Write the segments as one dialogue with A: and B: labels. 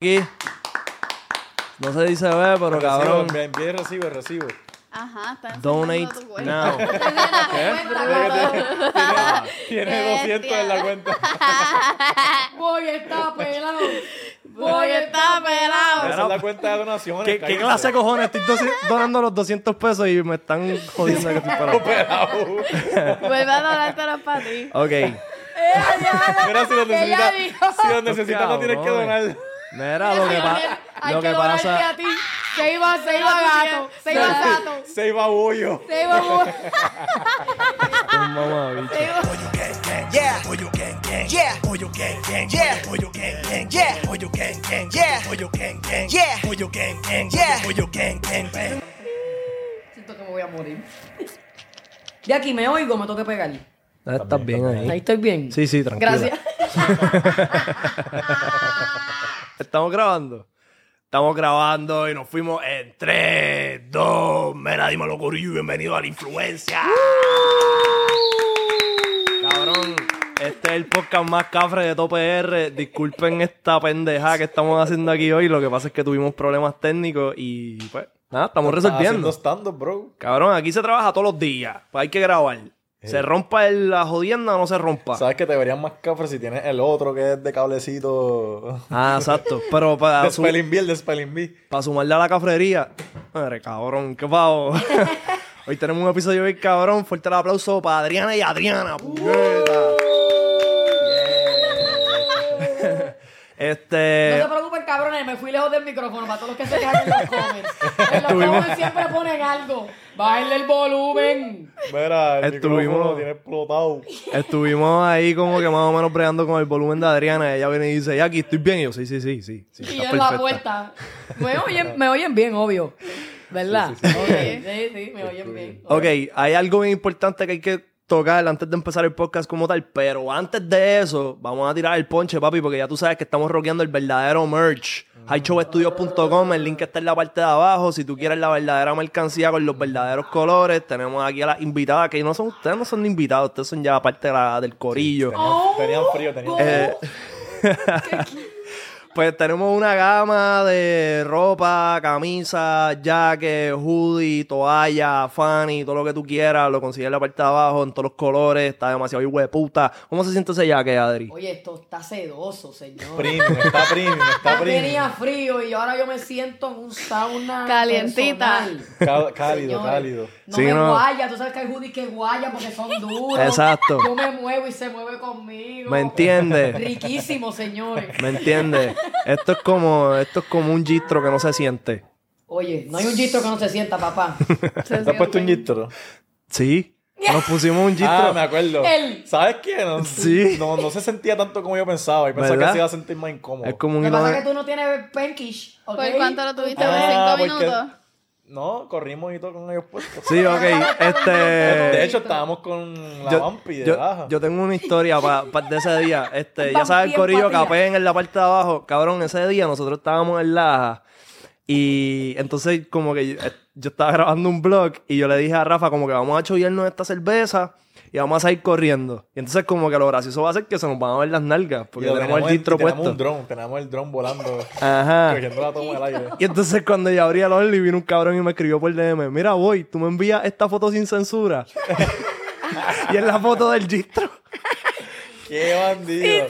A: aquí. No se dice ver, pero cabrón.
B: Bien, bien, recibo, recibo.
C: Ajá, están
A: Donate
C: sacando tu cuenta.
A: now.
C: Cuenta, cabrón.
B: Tiene 200 en la cuenta.
D: Voy, está pelado.
C: Voy, está pelado.
B: Esa es la cuenta de donaciones.
A: ¿Qué, qué
B: cállate.
A: clase de cojones? Estoy doci- donando los 200 pesos y me están jodiendo que estoy parado.
C: Vuelve a donártelo para ti.
A: Ok.
B: Mira, si lo necesitas,
D: dijo.
B: si lo necesitas no tienes que
A: Cabrones.
B: donar.
A: Mira, lo que, pa-
D: Hay
A: lo
D: que
A: que
D: donarte
A: pasa.
D: a ti. Se iba, se iba gato. Se iba gato.
B: Se iba a bollo.
D: Se iba bu-
A: Un mamabicho.
E: Yeah. Pollo gang gang. Yeah. Pollo gang gang. Yeah. Pollo gang gang. Yeah. Pollo gang gang. Yeah. Pollo gang gang. Yeah. Pollo gang gang. Yeah. Pollo gang gang. Bang.
D: Siento que me voy a morir. De aquí me oigo, me toque pegar.
A: Estás bien
D: Ahí
A: ahí.
D: estoy bien.
A: Sí, sí, tranquila.
D: Gracias.
A: Estamos grabando. Estamos grabando y nos fuimos en 3, 2. Mira, dímelo, Corillo, y bienvenido a la influencia. Cabrón, este es el podcast más cafre de Tope R. Disculpen esta pendejada que estamos haciendo aquí hoy. Lo que pasa es que tuvimos problemas técnicos y pues nada, estamos
B: Haciendo
A: resolviendo.
B: stand-up, bro.
A: Cabrón, aquí se trabaja todos los días. Pues hay que grabar. Se rompa el- la jodienda o no se rompa.
B: Sabes que te verían más cafre si tienes el otro que es de cablecito.
A: Ah, exacto. Pero para
B: De
A: Ah, su-
B: Spelling Bee, el de Spelling Bee.
A: Para sumarle a la cafrería. Madre, cabrón, qué pavo. Hoy tenemos un episodio bien cabrón. Fuerte el aplauso para Adriana y Adriana. puñeta.
D: No
A: Este.
D: se preocupen, cabrones, me fui lejos del micrófono para todos los que se quejan en los comments. En los
A: Estuvimos-
D: comments siempre ponen algo. Bájenle el volumen.
B: Mira, el
A: Estuvimos-
B: micrófono lo tiene explotado.
A: Estuvimos ahí como que más o menos bregando con el volumen de Adriana. Ella viene y dice, Jackie, estoy bien. Y yo, sí, sí, sí, sí. sí
D: Y
A: está
D: en la
A: perfecta".
D: puerta. Me oyen, me oyen bien, obvio. ¿Verdad? Sí, sí, sí, me oyen bien.
A: Ok, hay algo bien importante que hay que tocar antes de empezar el podcast como tal, pero antes de eso, vamos a tirar el ponche, papi, porque ya tú sabes que estamos rockeando el verdadero merch. HighshowStudios.com, el link está en la parte de abajo. Si tú quieres la verdadera mercancía con los verdaderos colores, tenemos aquí a las invitadas, que no son, ustedes no son invitados, ustedes son ya parte de la- del corillo.
B: Tenían,
D: Oh,
B: tenían frío, tenían frío.
A: Eh, pues tenemos una gama de ropa, camisa, jacket, hoodie, toalla, fanny, todo lo que tú quieras. Lo consigues en la parte de abajo, en todos los colores. Está demasiado hijo de puta. ¿Cómo se siente ese jacket, Adri?
D: Oye, esto está sedoso, señor.
B: Premium, está premium, está
D: Yo tenía
B: premium.
D: frío y ahora yo me siento en un sauna
C: Calientita.
D: personal.
B: Cá- Cálido,
D: Señores,
B: cálido.
D: No
A: Sí,
D: me
A: no.
D: guaya, tú sabes que hay hoodies que guaya porque son duros.
A: Exacto.
D: Yo me muevo y se mueve conmigo.
A: ¿Me entiendes?
D: Riquísimo, señores.
A: ¿Me entiendes? Esto es como, esto es como un gistro que no se siente.
D: Oye, no hay un gistro que no se sienta, papá.
B: ¿Te has puesto un gistro?
A: Sí. Nos pusimos un gistro.
B: Ah, me acuerdo.
D: Él.
B: ¿Sabes qué? No,
A: Sí.
B: no, no se sentía tanto como yo pensaba. Y pensaba
A: ¿Verdad?
B: que se iba a sentir más incómodo.
A: es como
D: Lo
A: un
D: que
A: hilo
D: pasa es
A: de-
D: que tú no tienes penkish. ¿ok?
C: ¿Por Pues, cuánto lo tuviste?
B: Ah,
C: ¿Por cinco
B: porque-
C: minutos?
B: No, corrimos y todo con ellos puestos.
A: Sí, ok. Este...
B: De hecho, estábamos con la vampi de
A: yo-
B: baja.
A: yo tengo una historia pa- pa- de ese día. Este, ya sabes,
D: Vampi en
A: Corillo,
D: patilla.
A: capeen en la parte de abajo. Cabrón, ese día nosotros estábamos en Laja. Y entonces, como que yo, eh, yo estaba grabando un vlog y yo le dije a Rafa, como que vamos a chullarnos esta cerveza y vamos a salir corriendo. Y entonces, como que lo gracioso va a ser que se nos van a ver las nalgas
B: Y
A: porque
B: lo
A: tenemos el
B: en-
A: distro
B: tenemos
A: puesto.
B: un dron, tenemos el dron volando,
A: Ajá.
B: cogiendo la toma del aire.
A: Y entonces cuando ya abrí el Only vino un cabrón y me escribió por DM, mira voy, tú me envías esta foto sin censura. y es la foto del gistro.
B: ¡Qué bandido!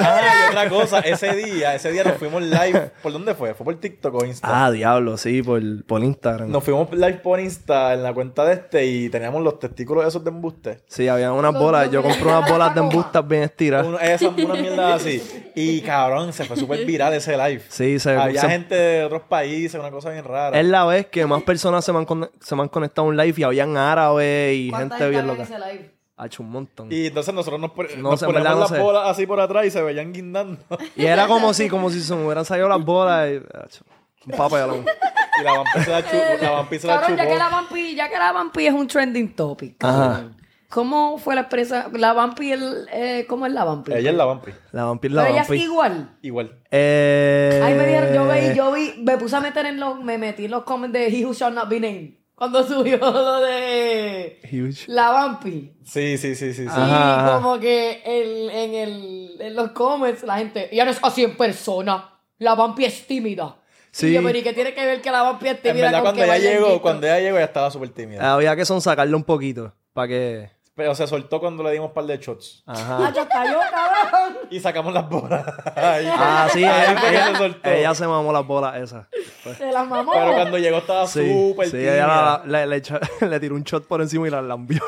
B: Ah, y otra cosa, ese día, ese día nos fuimos live. ¿Por dónde fue? ¿Fue por TikTok o Insta?
A: Ah, diablo, sí, por, por Instagram.
B: Nos fuimos live por Insta en la cuenta de este y teníamos los testículos esos de embuste.
A: Sí, había unas
D: Los-
A: bolas.
D: los
A: Yo
D: que
A: compré
D: le
A: unas
D: quitan la
A: bolas de
D: cacoba.
A: embustas bien estiradas.
B: Uno- esa, una mierda así. Y cabrón, se fue súper viral ese live.
A: Sí, se,
B: Había
A: se-
B: gente de otros países, una cosa bien rara.
A: es la vez que más personas se me han, con- se me han conectado a un live y habían árabes y
D: ¿Cuántas
A: gente bien
D: están en
A: loca.
D: ese live?
A: Ha hecho un montón. Y,
B: Y entonces nosotros nos, pon-
A: No
B: nos
A: sé, en
B: poníamos
A: verdad no
B: las
A: sé.
B: bolas así por atrás y se veían guindando.
A: era como si, como si se me hubieran salido las bolas y. ha hecho un papelón.
B: y la vampi se la, chu- la, vampi se la
D: Cabrón, ya que la
B: chupó.
D: vampi, ya que la vampi es un trending topic.
A: Ajá.
D: ¿Cómo fue la experiencia? La vampi, el, eh, ¿cómo es la vampi?
B: Ella es la vampi.
A: La vampir
D: Pero
A: la
D: ella es
A: vampir.
D: igual.
B: Igual.
A: Eh,
D: Ahí me dieron, yo vi, yo vi, me puse a meter en los, me metí en los comments de He Who Shall Not Be Named. Cuando subió lo de
A: Huge.
D: la Vampi.
B: Sí, sí, sí, sí. sí.
A: Ah. Ajá,
D: y
A: ajá.
D: como que el- en, el, en los comments la gente, ella no es así en persona. la vampi es tímida.
A: Sí.
D: Y yo, pero ¿y qué tiene que ver que la vampi es tímida
B: En verdad,
D: con
B: cuando
D: que
B: ella
D: baile el
B: llegó,
D: disco?
B: cuando ella llegó, ya estaba súper tímida.
A: Había que son sacarlo un poquito. Para que.
B: Pero se soltó cuando le dimos un par de shots.
A: Ajá.
D: Ah, ya cayó, cabrón.
B: Y sacamos las bolas. Ahí.
A: Ah, sí,
B: Ahí
A: ella,
B: fue que
A: ella-
B: se soltó.
A: ella se mamó las bolas esas.
D: Se la mamó.
B: Pero cuando llegó estaba
A: Sí,
B: súper
A: sí
B: tímida.
A: ella la- le, le echa- le tiró un shot por encima y la lambió.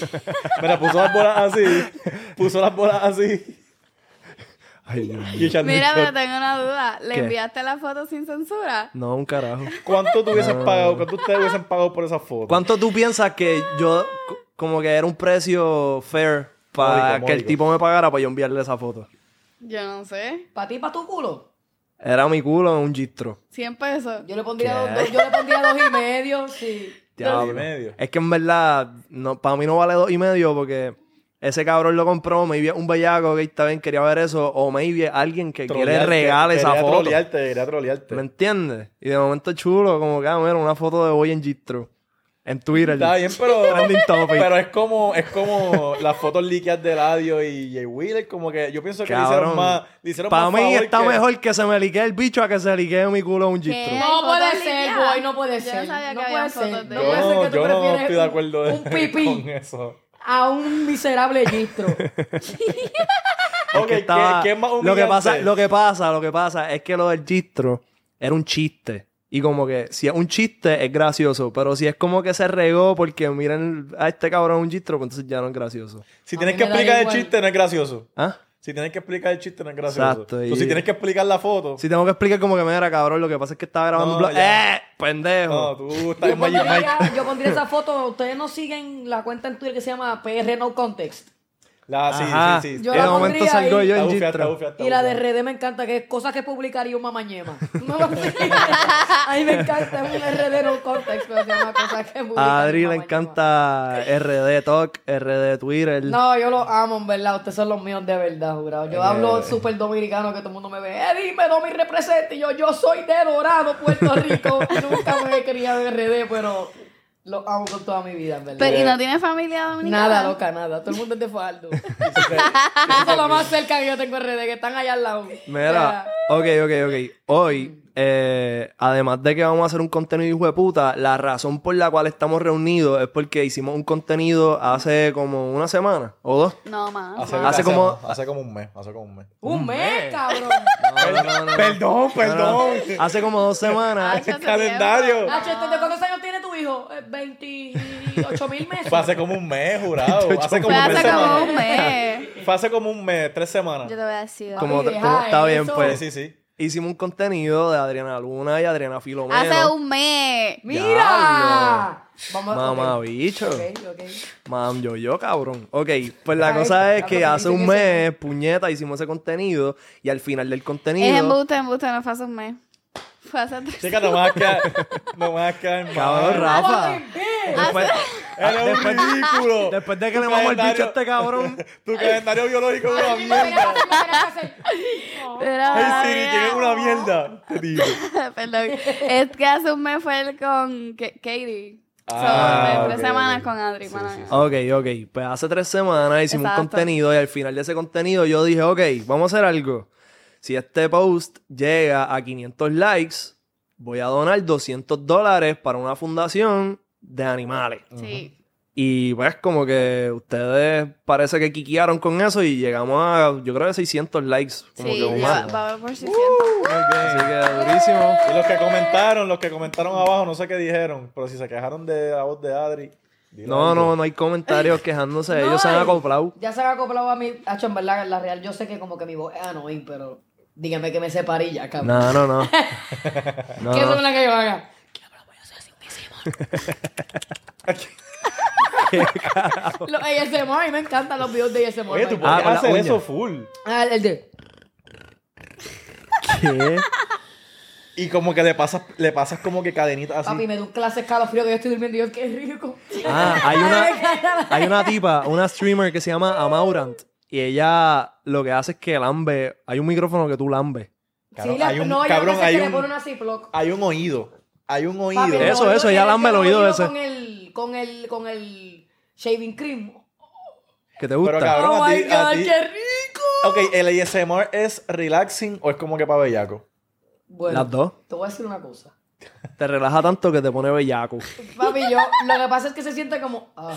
B: Mira, puso las bolas así. Puso las bolas así.
A: Ay, Dios mío.
B: Y echando un
C: Mira, pero
B: shot.
C: tengo una duda. ¿Le
A: ¿Qué?
C: enviaste la foto sin censura?
A: No, un carajo.
B: ¿Cuánto tú hubieses pagado? ¿Cuánto ustedes hubiesen pagado por esa foto?
A: Ah. ¿Cuánto tú piensas que yo, co- como que era un precio fair para
B: Módico,
A: que el
B: módico.
A: tipo me pagara para yo enviarle esa foto?
C: Yo no sé.
D: ¿Para ti, para tu culo?
A: Era mi culo en un gistro.
C: 100 pesos.
D: Yo le pondría,
A: ¿Qué?
D: dos, dos- yo le pondría dos y medio, sí.
B: Dos y medio.
A: Es que en verdad, no, para mí no vale dos y medio porque ese cabrón lo compró, maybe un bellaco que también quería ver eso, o maybe alguien que quiere
B: Trolearte,
A: regalar esa
B: quería
A: foto.
B: trolearte, quería trolearte.
A: ¿Me entiendes? Y de momento chulo, como que, ah, mira, una foto de hoy en Gistro. En Twitter.
B: Está bien, pero.
A: Trending topic.
B: Pero es como, es como las fotos líquidas de Ladio y Jay Wheeler, como que yo pienso que le hicieron más. Le hicieron
A: Para
B: más
A: mí
B: favor
A: está
B: que-
A: mejor que se me liquee el bicho a que se liquee mi culo en un
C: ¿Qué?
A: Gistro.
C: ¿Hay
D: No puede
C: fotos
D: ser,
C: liqueadas?
D: boy, no puede
C: Yo
D: ser.
C: no sabía que
D: no
C: había
D: puede
C: fotos
D: ser.
C: de
D: No
B: Yo
D: puede
C: ellas.
D: ser
B: no,
D: que tú
B: yo no
D: prefieres
B: estoy de acuerdo de-
D: un pipí
B: con eso.
D: a un miserable gistro.
A: Es
B: Ok,
A: que
B: ¿qué-
A: estaba-
B: qué es más
A: lo que pasa,
B: humillante?
A: lo que pasa, lo que pasa es que lo del gistro era un chiste. Y como que si es un chiste es gracioso, pero si es como que se regó porque miren a este cabrón un gistro, pues entonces ya no es gracioso.
B: Si
D: A
B: tienes
D: mí
B: que
D: me daría
B: explicar el
D: igual.
B: chiste, no es gracioso.
A: ¿Ah?
B: Si tienes que explicar el chiste, no es gracioso.
A: Exacto, y-
B: Tú, si tienes que explicar la foto.
A: Si tengo que explicar como que me era cabrón, lo que pasa es que estaba grabando
B: No,
A: un blog.
B: ya.
A: ¡Eh! ¡Pendejo!
B: No, tú estás
D: yo,
B: en Magic Mike.
D: pondría, yo pondría esa foto. Ustedes no siguen la cuenta en Twitter que se llama PR No Context.
B: La, Ah, sí,
A: Ajá.
B: sí, sí.
D: Yo
A: de
D: la
A: momento
D: pondría
A: salgo
D: ahí.
A: yo
B: Está
A: en
B: bufia, está
A: Gistro.
B: bufia, está
D: Y la de
B: bufia.
D: redes me encanta, que es cosas que publicaría una mañema. No lo sé. A mí me encanta es una RD No Context, pero se llama cosas que publicaría.
A: A Adri
D: Uma
A: le
D: Mañema.
A: encanta RD Talk, RD Twitter.
D: No, yo los amo, en verdad. Ustedes son los míos de verdad, jurado. Yo hablo súper dominicano que todo el mundo me ve. Eh, dime, Domi representa. Y yo, yo soy de Dorado, Puerto Rico. Nunca me he criado en RD, pero los amo con toda mi vida, en verdad.
A: Eh.
C: Pero, ¿y no tiene familia dominicana?
D: Nada, loca, nada. Todo el mundo es de Faldo. Eso es lo más cerca que yo tengo en RD, que están allá al lado.
A: Mira, ok, ok, ok. Hoy, eh, además de que vamos a hacer un contenido hijo de puta, la razón por la cual estamos reunidos es porque hicimos un contenido hace como una semana o dos.
C: No más.
B: Hace,
A: Hace
B: hace
A: como-
B: como... hace como un mes, hace como un mes.
D: Un mes, cabrón.
B: Perdón, perdón.
A: Hace como dos
C: Ah,
A: semanas.
C: hace
B: calendario.
D: Nacho, ¿entonces ¿cuántos años tiene tu hijo? Eh, 28 mil meses.
B: Fue hace como un mes, jurado. Hace
C: Fue
B: como un mes.
C: hace como
B: semanas.
C: un mes.
B: Fue hace como un mes, tres
C: Yo
B: semanas.
C: te voy a decir.
A: Como- como-
D: deja
A: está bien,
D: eso.
A: pues.
B: Sí, sí, sí.
A: Hicimos un contenido de Adriana Luna y Adriana Filomeno.
C: Hace un mes.
D: ¡Mira! Vamos
A: Mamá
D: ok.
A: bicho.
D: Ok, ok.
A: Mam, yo, yo, cabrón. Ok, pues la
D: Ay,
A: cosa es
D: cabrón,
A: que
D: me
A: hace
D: dicen
A: un
D: ese-
A: mes, puñeta, hicimos ese contenido y al final del contenido...
C: Es embuste, embuste, no fue hace un mes. Fue hace tres.
B: Chica, no vas a quedar, no vas a quedar mal.
A: Cabrón, Rafa. Después,
B: Eres un
A: después-
B: ridículo.
A: después de que
B: Tu
A: le mamó el bicho a
B: calendario-
A: este cabrón.
B: Tu calendario biológico es una
D: Ay, mira,
B: mierda.
D: mira, mira, mira,
C: Era-
B: Hey Siri, tienes una mierda. Te digo.
C: Perdón. Es que hace un mes fue él con Ka- Katie. Son
B: Ah,
C: tres
B: ok,
C: semanas
B: ok.
C: con Adri, mano.
A: Ok, ok. Pues hace tres semanas hicimos un
C: Exacto.
A: contenido y al final de ese contenido yo dije, ok, vamos a hacer algo. Si este post llega a 500 likes, voy a donar 200 dólares para una fundación de animales.
C: Sí.
A: Y pues como que ustedes parece que quiquearon con eso y llegamos a, yo creo que 600 likes. Como
C: Sí,
A: que un
C: va,
A: más.
C: va a ver por si
B: Uh,
A: Así que durísimo.
B: Y los que comentaron, los que comentaron abajo, no sé qué dijeron, pero si se quejaron de la voz de Adri. dile
A: No,
B: algo.
A: no, no hay comentarios quejándose.
D: No
A: Ellos se han
D: hay.
A: acoplado.
D: Ya se han acoplado a mí. Hacho, en verdad, en la real, yo sé que como que mi voz es annoying, pero dígame que me separé y ya, cabrón.
A: No, no, no. No,
D: ¿Qué
A: no.
D: es la que yo haga? Los ASMR, a mí me encantan los videos de ASMR.
B: Oye, tú
A: Ah,
B: puedes
A: con la
B: hacer
A: uña.
B: eso full.
D: Ah, el de...
A: ¿Qué?
B: Y como que le pasas, le pasas como que cadenitas así.
D: Papi, me da un clase escalofrío que yo estoy durmiendo y yo, qué rico.
A: Ah, hay una, hay una tipa, una streamer que se llama Amaurant. Y ella lo que hace es que lambe. Hay un micrófono que tú lambes.
B: Cabrón,
D: sí, la-
B: hay un-
D: no,
B: cabrón,
D: yo lo que sé es
B: hay
D: que
B: un-
D: le pone una Ziploc.
B: Hay un oído. Hay un oído.
D: Papi, el
A: Eso, eso, ya
D: tiene
A: lame el
D: que
A: oído
D: oírlo
A: ese.
D: Con el, con el, con el shaving cream.
A: Que te
B: Pero
A: gusta.
B: cabrón,
D: Oh
B: a
D: my
B: ti- a
D: God,
B: ti-
D: qué rico.
B: Ok, ¿el ASMR es relaxing o es como que para bellaco?
D: Bueno,
A: Las dos.
D: Te voy a decir una cosa.
A: Te relaja tanto que te pone bellaco.
D: Papi, yo, lo que pasa es que se siente como. ah,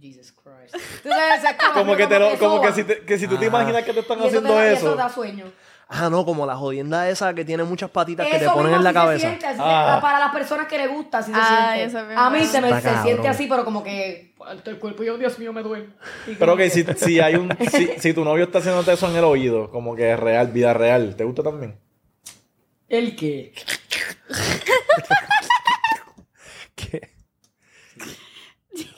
D: Jesus Christ. Tú sabes, o sea,
B: Como que, te lo, como que si,
D: soba.
B: te, que si tú te imaginas que te están
D: Y eso te
B: haciendo
D: da- y
B: eso.
D: da sueño.
A: Ah, no, como la jodienda esa que tiene muchas patitas que te
D: Eso
A: ponen
D: mismo
A: en la
D: así se
A: cabeza.
D: siente, así se-
B: Ah.
D: Para las personas que le gusta, así se
C: Ah,
D: siente.
C: eso mismo.
D: A mí se, me,
A: Está
D: se siente
A: cabrón.
D: así, pero como que. "Alto El cuerpo, yo, Dios mío, me duele. Y
B: Pero
D: como
B: que si, si hay un si, si tu novio está haciéndote eso en el oído, como que es real, vida real, ¿te gusta también?
D: ¿El qué?
A: ¿Qué?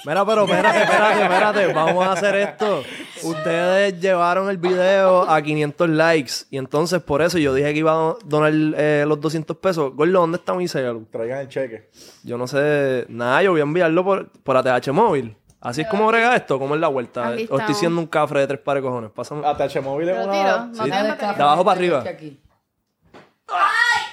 A: Mira, pero espérate, espérate, espérate. Vamos a hacer esto. Ustedes llevaron el video a 500 likes. Y entonces, por eso yo dije que iba a don- donar eh, los 200 pesos. Gordo, ¿dónde está mi celu?
B: Traigan el cheque.
A: Yo no sé. Nada, yo voy a enviarlo por, por ATH móvil. Así es como brega esto, como es la vuelta.
C: Aquí
A: O estoy
C: estamos.
A: siendo un cafre de tres pares de cojones. Pásame.
B: ATH móvil es
C: Te lo
B: una.
C: tiro. No
D: Sí.
C: tengo que-
D: Descarga,
A: De abajo para
D: descarga
A: arriba.
D: aquí.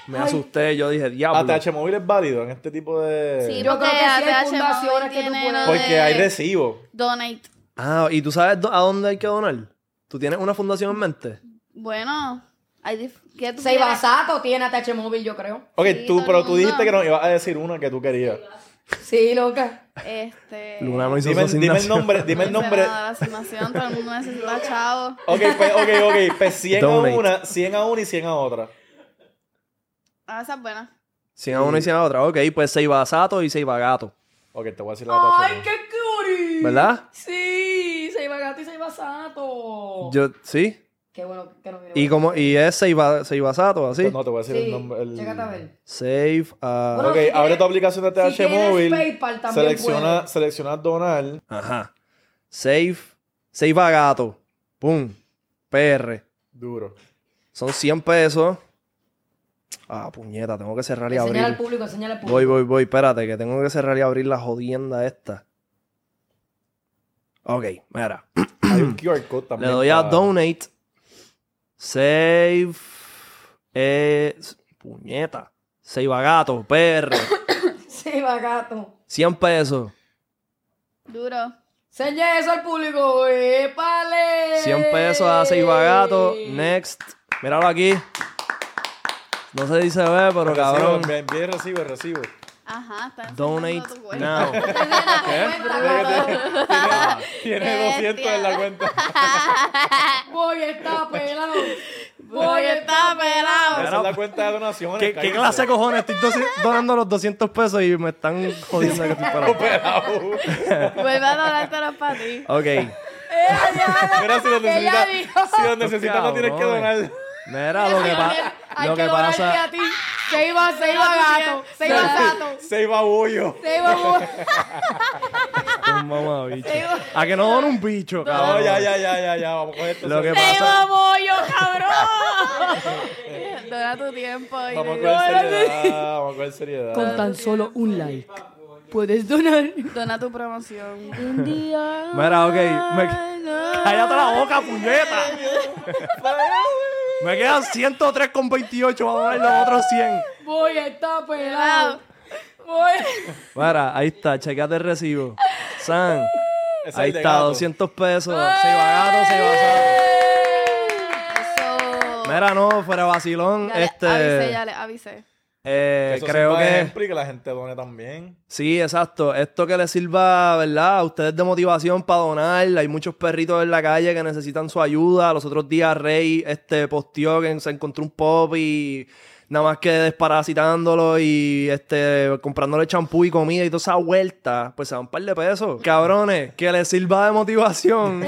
A: Me asusté, yo dije, diablo.
B: ATH móvil es válido en este tipo de.
C: Sí,
D: Yo
C: porque
D: creo que sí hay
C: ATH
D: fundaciones
C: móvil
D: que tú
C: tiene
D: puedes-
C: lo
B: Porque
C: de
B: hay recibo.
C: Donate.
A: Ah, ¿y tú sabes do- a dónde hay que donar? ¿Tú tienes una fundación en mente?
C: Bueno, hay dif- ¿qué tú
D: Se
C: quieres?
D: Basato tiene ATH móvil, yo creo.
B: Ok,
C: Sí,
B: tú,
C: todo
B: pero
C: el
B: tú dijiste
C: mundo.
B: que nos ibas a decir una que tú querías.
D: Sí, loca.
C: Este.
A: Luna no hizo
B: Dime,
A: su
B: dime el
A: asignación.
B: nombre, dime el
C: no se
B: nombre.
C: va a dar asignación, todo el mundo necesita chavo.
B: Ok, pues, ok, ok. Pues 100
A: Donate.
B: a una, 100 a una y 100 a otra.
C: Ah, esa es buena.
A: Si a una y si a otra. Ok, pues se iba a Sato y se iba a Gato.
B: Ok, te voy a decir la ATH
D: ¡Ay,
B: móvil.
D: qué curie!
A: ¿Verdad?
D: Sí, se iba gato y se iba sato.
A: Yo, sí.
D: Qué bueno que no viene.
A: Y como, y es se iba, se iba a Sato, así.
B: No, te voy a decir
D: Sí,
B: el nombre. el-
D: chécate a ver.
A: Save a.
D: Bueno,
B: ok,
D: si
B: abre
D: quieres-
B: tu aplicación de TH
D: si quieres
B: móvil.
D: PayPal también
B: selecciona,
D: puede.
B: selecciona donar.
A: Ajá. Save. Se iba a Gato. Pum. PR.
B: Duro.
A: Son 100 pesos. Ah, puñeta, tengo que cerrar y
D: Enseñala al
A: abrir.
D: público, enseñala al público.
A: Voy, voy, voy, espérate, que tengo que cerrar y abrir la jodienda esta. Ok, mira.
B: Hay un QR code
A: Le
B: también.
A: doy a
B: para-
A: donate. Save. eh, s- puñeta. Save a gato, perro.
D: Se iba gato.
A: 100 pesos.
C: Duro.
D: Enseña eso al público. ¡Épale!
A: 100 pesos a Save a gato. Next. Míralo aquí. No sé si se ve, pero
B: Recibo,
A: cabrón.
B: Bien, bien, recibo, recibo.
C: Ajá, está enseñando
A: Donate
C: tu cuerpo.
A: now.
B: Tiene, tiene
C: Qué
B: 200 en la
C: bestia.
B: cuenta.
D: Voy, está pelado. Voy,
C: Voy,
D: está
C: está pelado.
B: Esa es la cuenta de donaciones.
A: ¿Qué, qué
B: cállense.
A: clase de cojones? Estoy doci- donando los 200 pesos y me están jodiendo que estoy parado.
B: Pelao.
C: Vuelve a donártelo para ti.
A: Ok.
D: Eh,
B: Mira, si lo necesitas, si lo necesitas no tienes que donar.
A: Mira, lo que, pa-
D: Hay
A: lo
D: que
A: que pasa.
D: donarte a ti. Se iba, se iba gato. Se iba gato.
B: Se iba a bullo.
D: Se iba gato.
A: Un mamabicho. A que no don un bicho, cabrón.
B: No, ya, ya, ya, ya, ya. Vamos con esto.
A: Lo que
C: ¡Te
A: pasa.
C: amo yo, cabrón! Dona tu tiempo. y
B: Vamos
C: te-
B: con seriedad. Vamos con
D: Con
B: seriedad.
D: tan solo un like. Puedes donar.
C: Dona tu promoción. Un día.
A: Mira, ok. Me... Cállate la boca, puñeta. Me quedan 103,28. Vamos a ver los otros 100.
D: Voy, está
C: Pelao.
D: pelado. Voy.
A: Mira, ahí está. Checate el recibo. San.
B: Es el
A: Ahí
B: de
A: está,
B: gato.
A: 200 pesos. Se va gato, se va gato.
C: Eso.
A: Mira, no, fuera vacilón.
C: Ya le Avisé,
A: Este.
C: ya le avisé.
A: eh,
B: Eso
A: creo
B: sirva de
A: que.
B: ejemplo y que la gente done también.
A: Sí, exacto. Esto que les sirva, ¿verdad? A ustedes de motivación para donar. Hay muchos perritos en la calle que necesitan su ayuda. Los otros días Rey este, posteó que se encontró un pop y nada más que desparasitándolo y este, comprándole champú y comida y toda esa vuelta. Pues se dan un par de pesos. Cabrones, que les sirva de motivación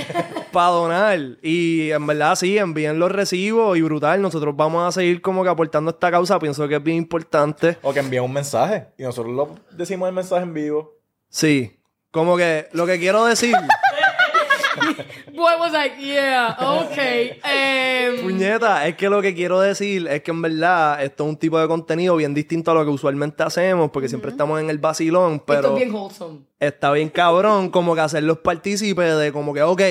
A: para donar. Y en verdad, sí, envíen los recibos y brutal. Nosotros vamos a seguir como que aportando esta causa. Pienso que es bien importante.
B: O que envíe un mensaje. Y nosotros lo decimos el mensaje en vivo.
A: Sí. Como que lo que quiero decir,
D: Boy was like, yeah, okay. em,
A: puñeta, es que lo que quiero decir es que en verdad esto es un tipo de contenido bien distinto a lo que usualmente hacemos, porque siempre estamos en el vacilón,
D: Esto
A: pero
D: es bien wholesome.
A: está bien cabrón como que hacerlos partícipes de como que, ok,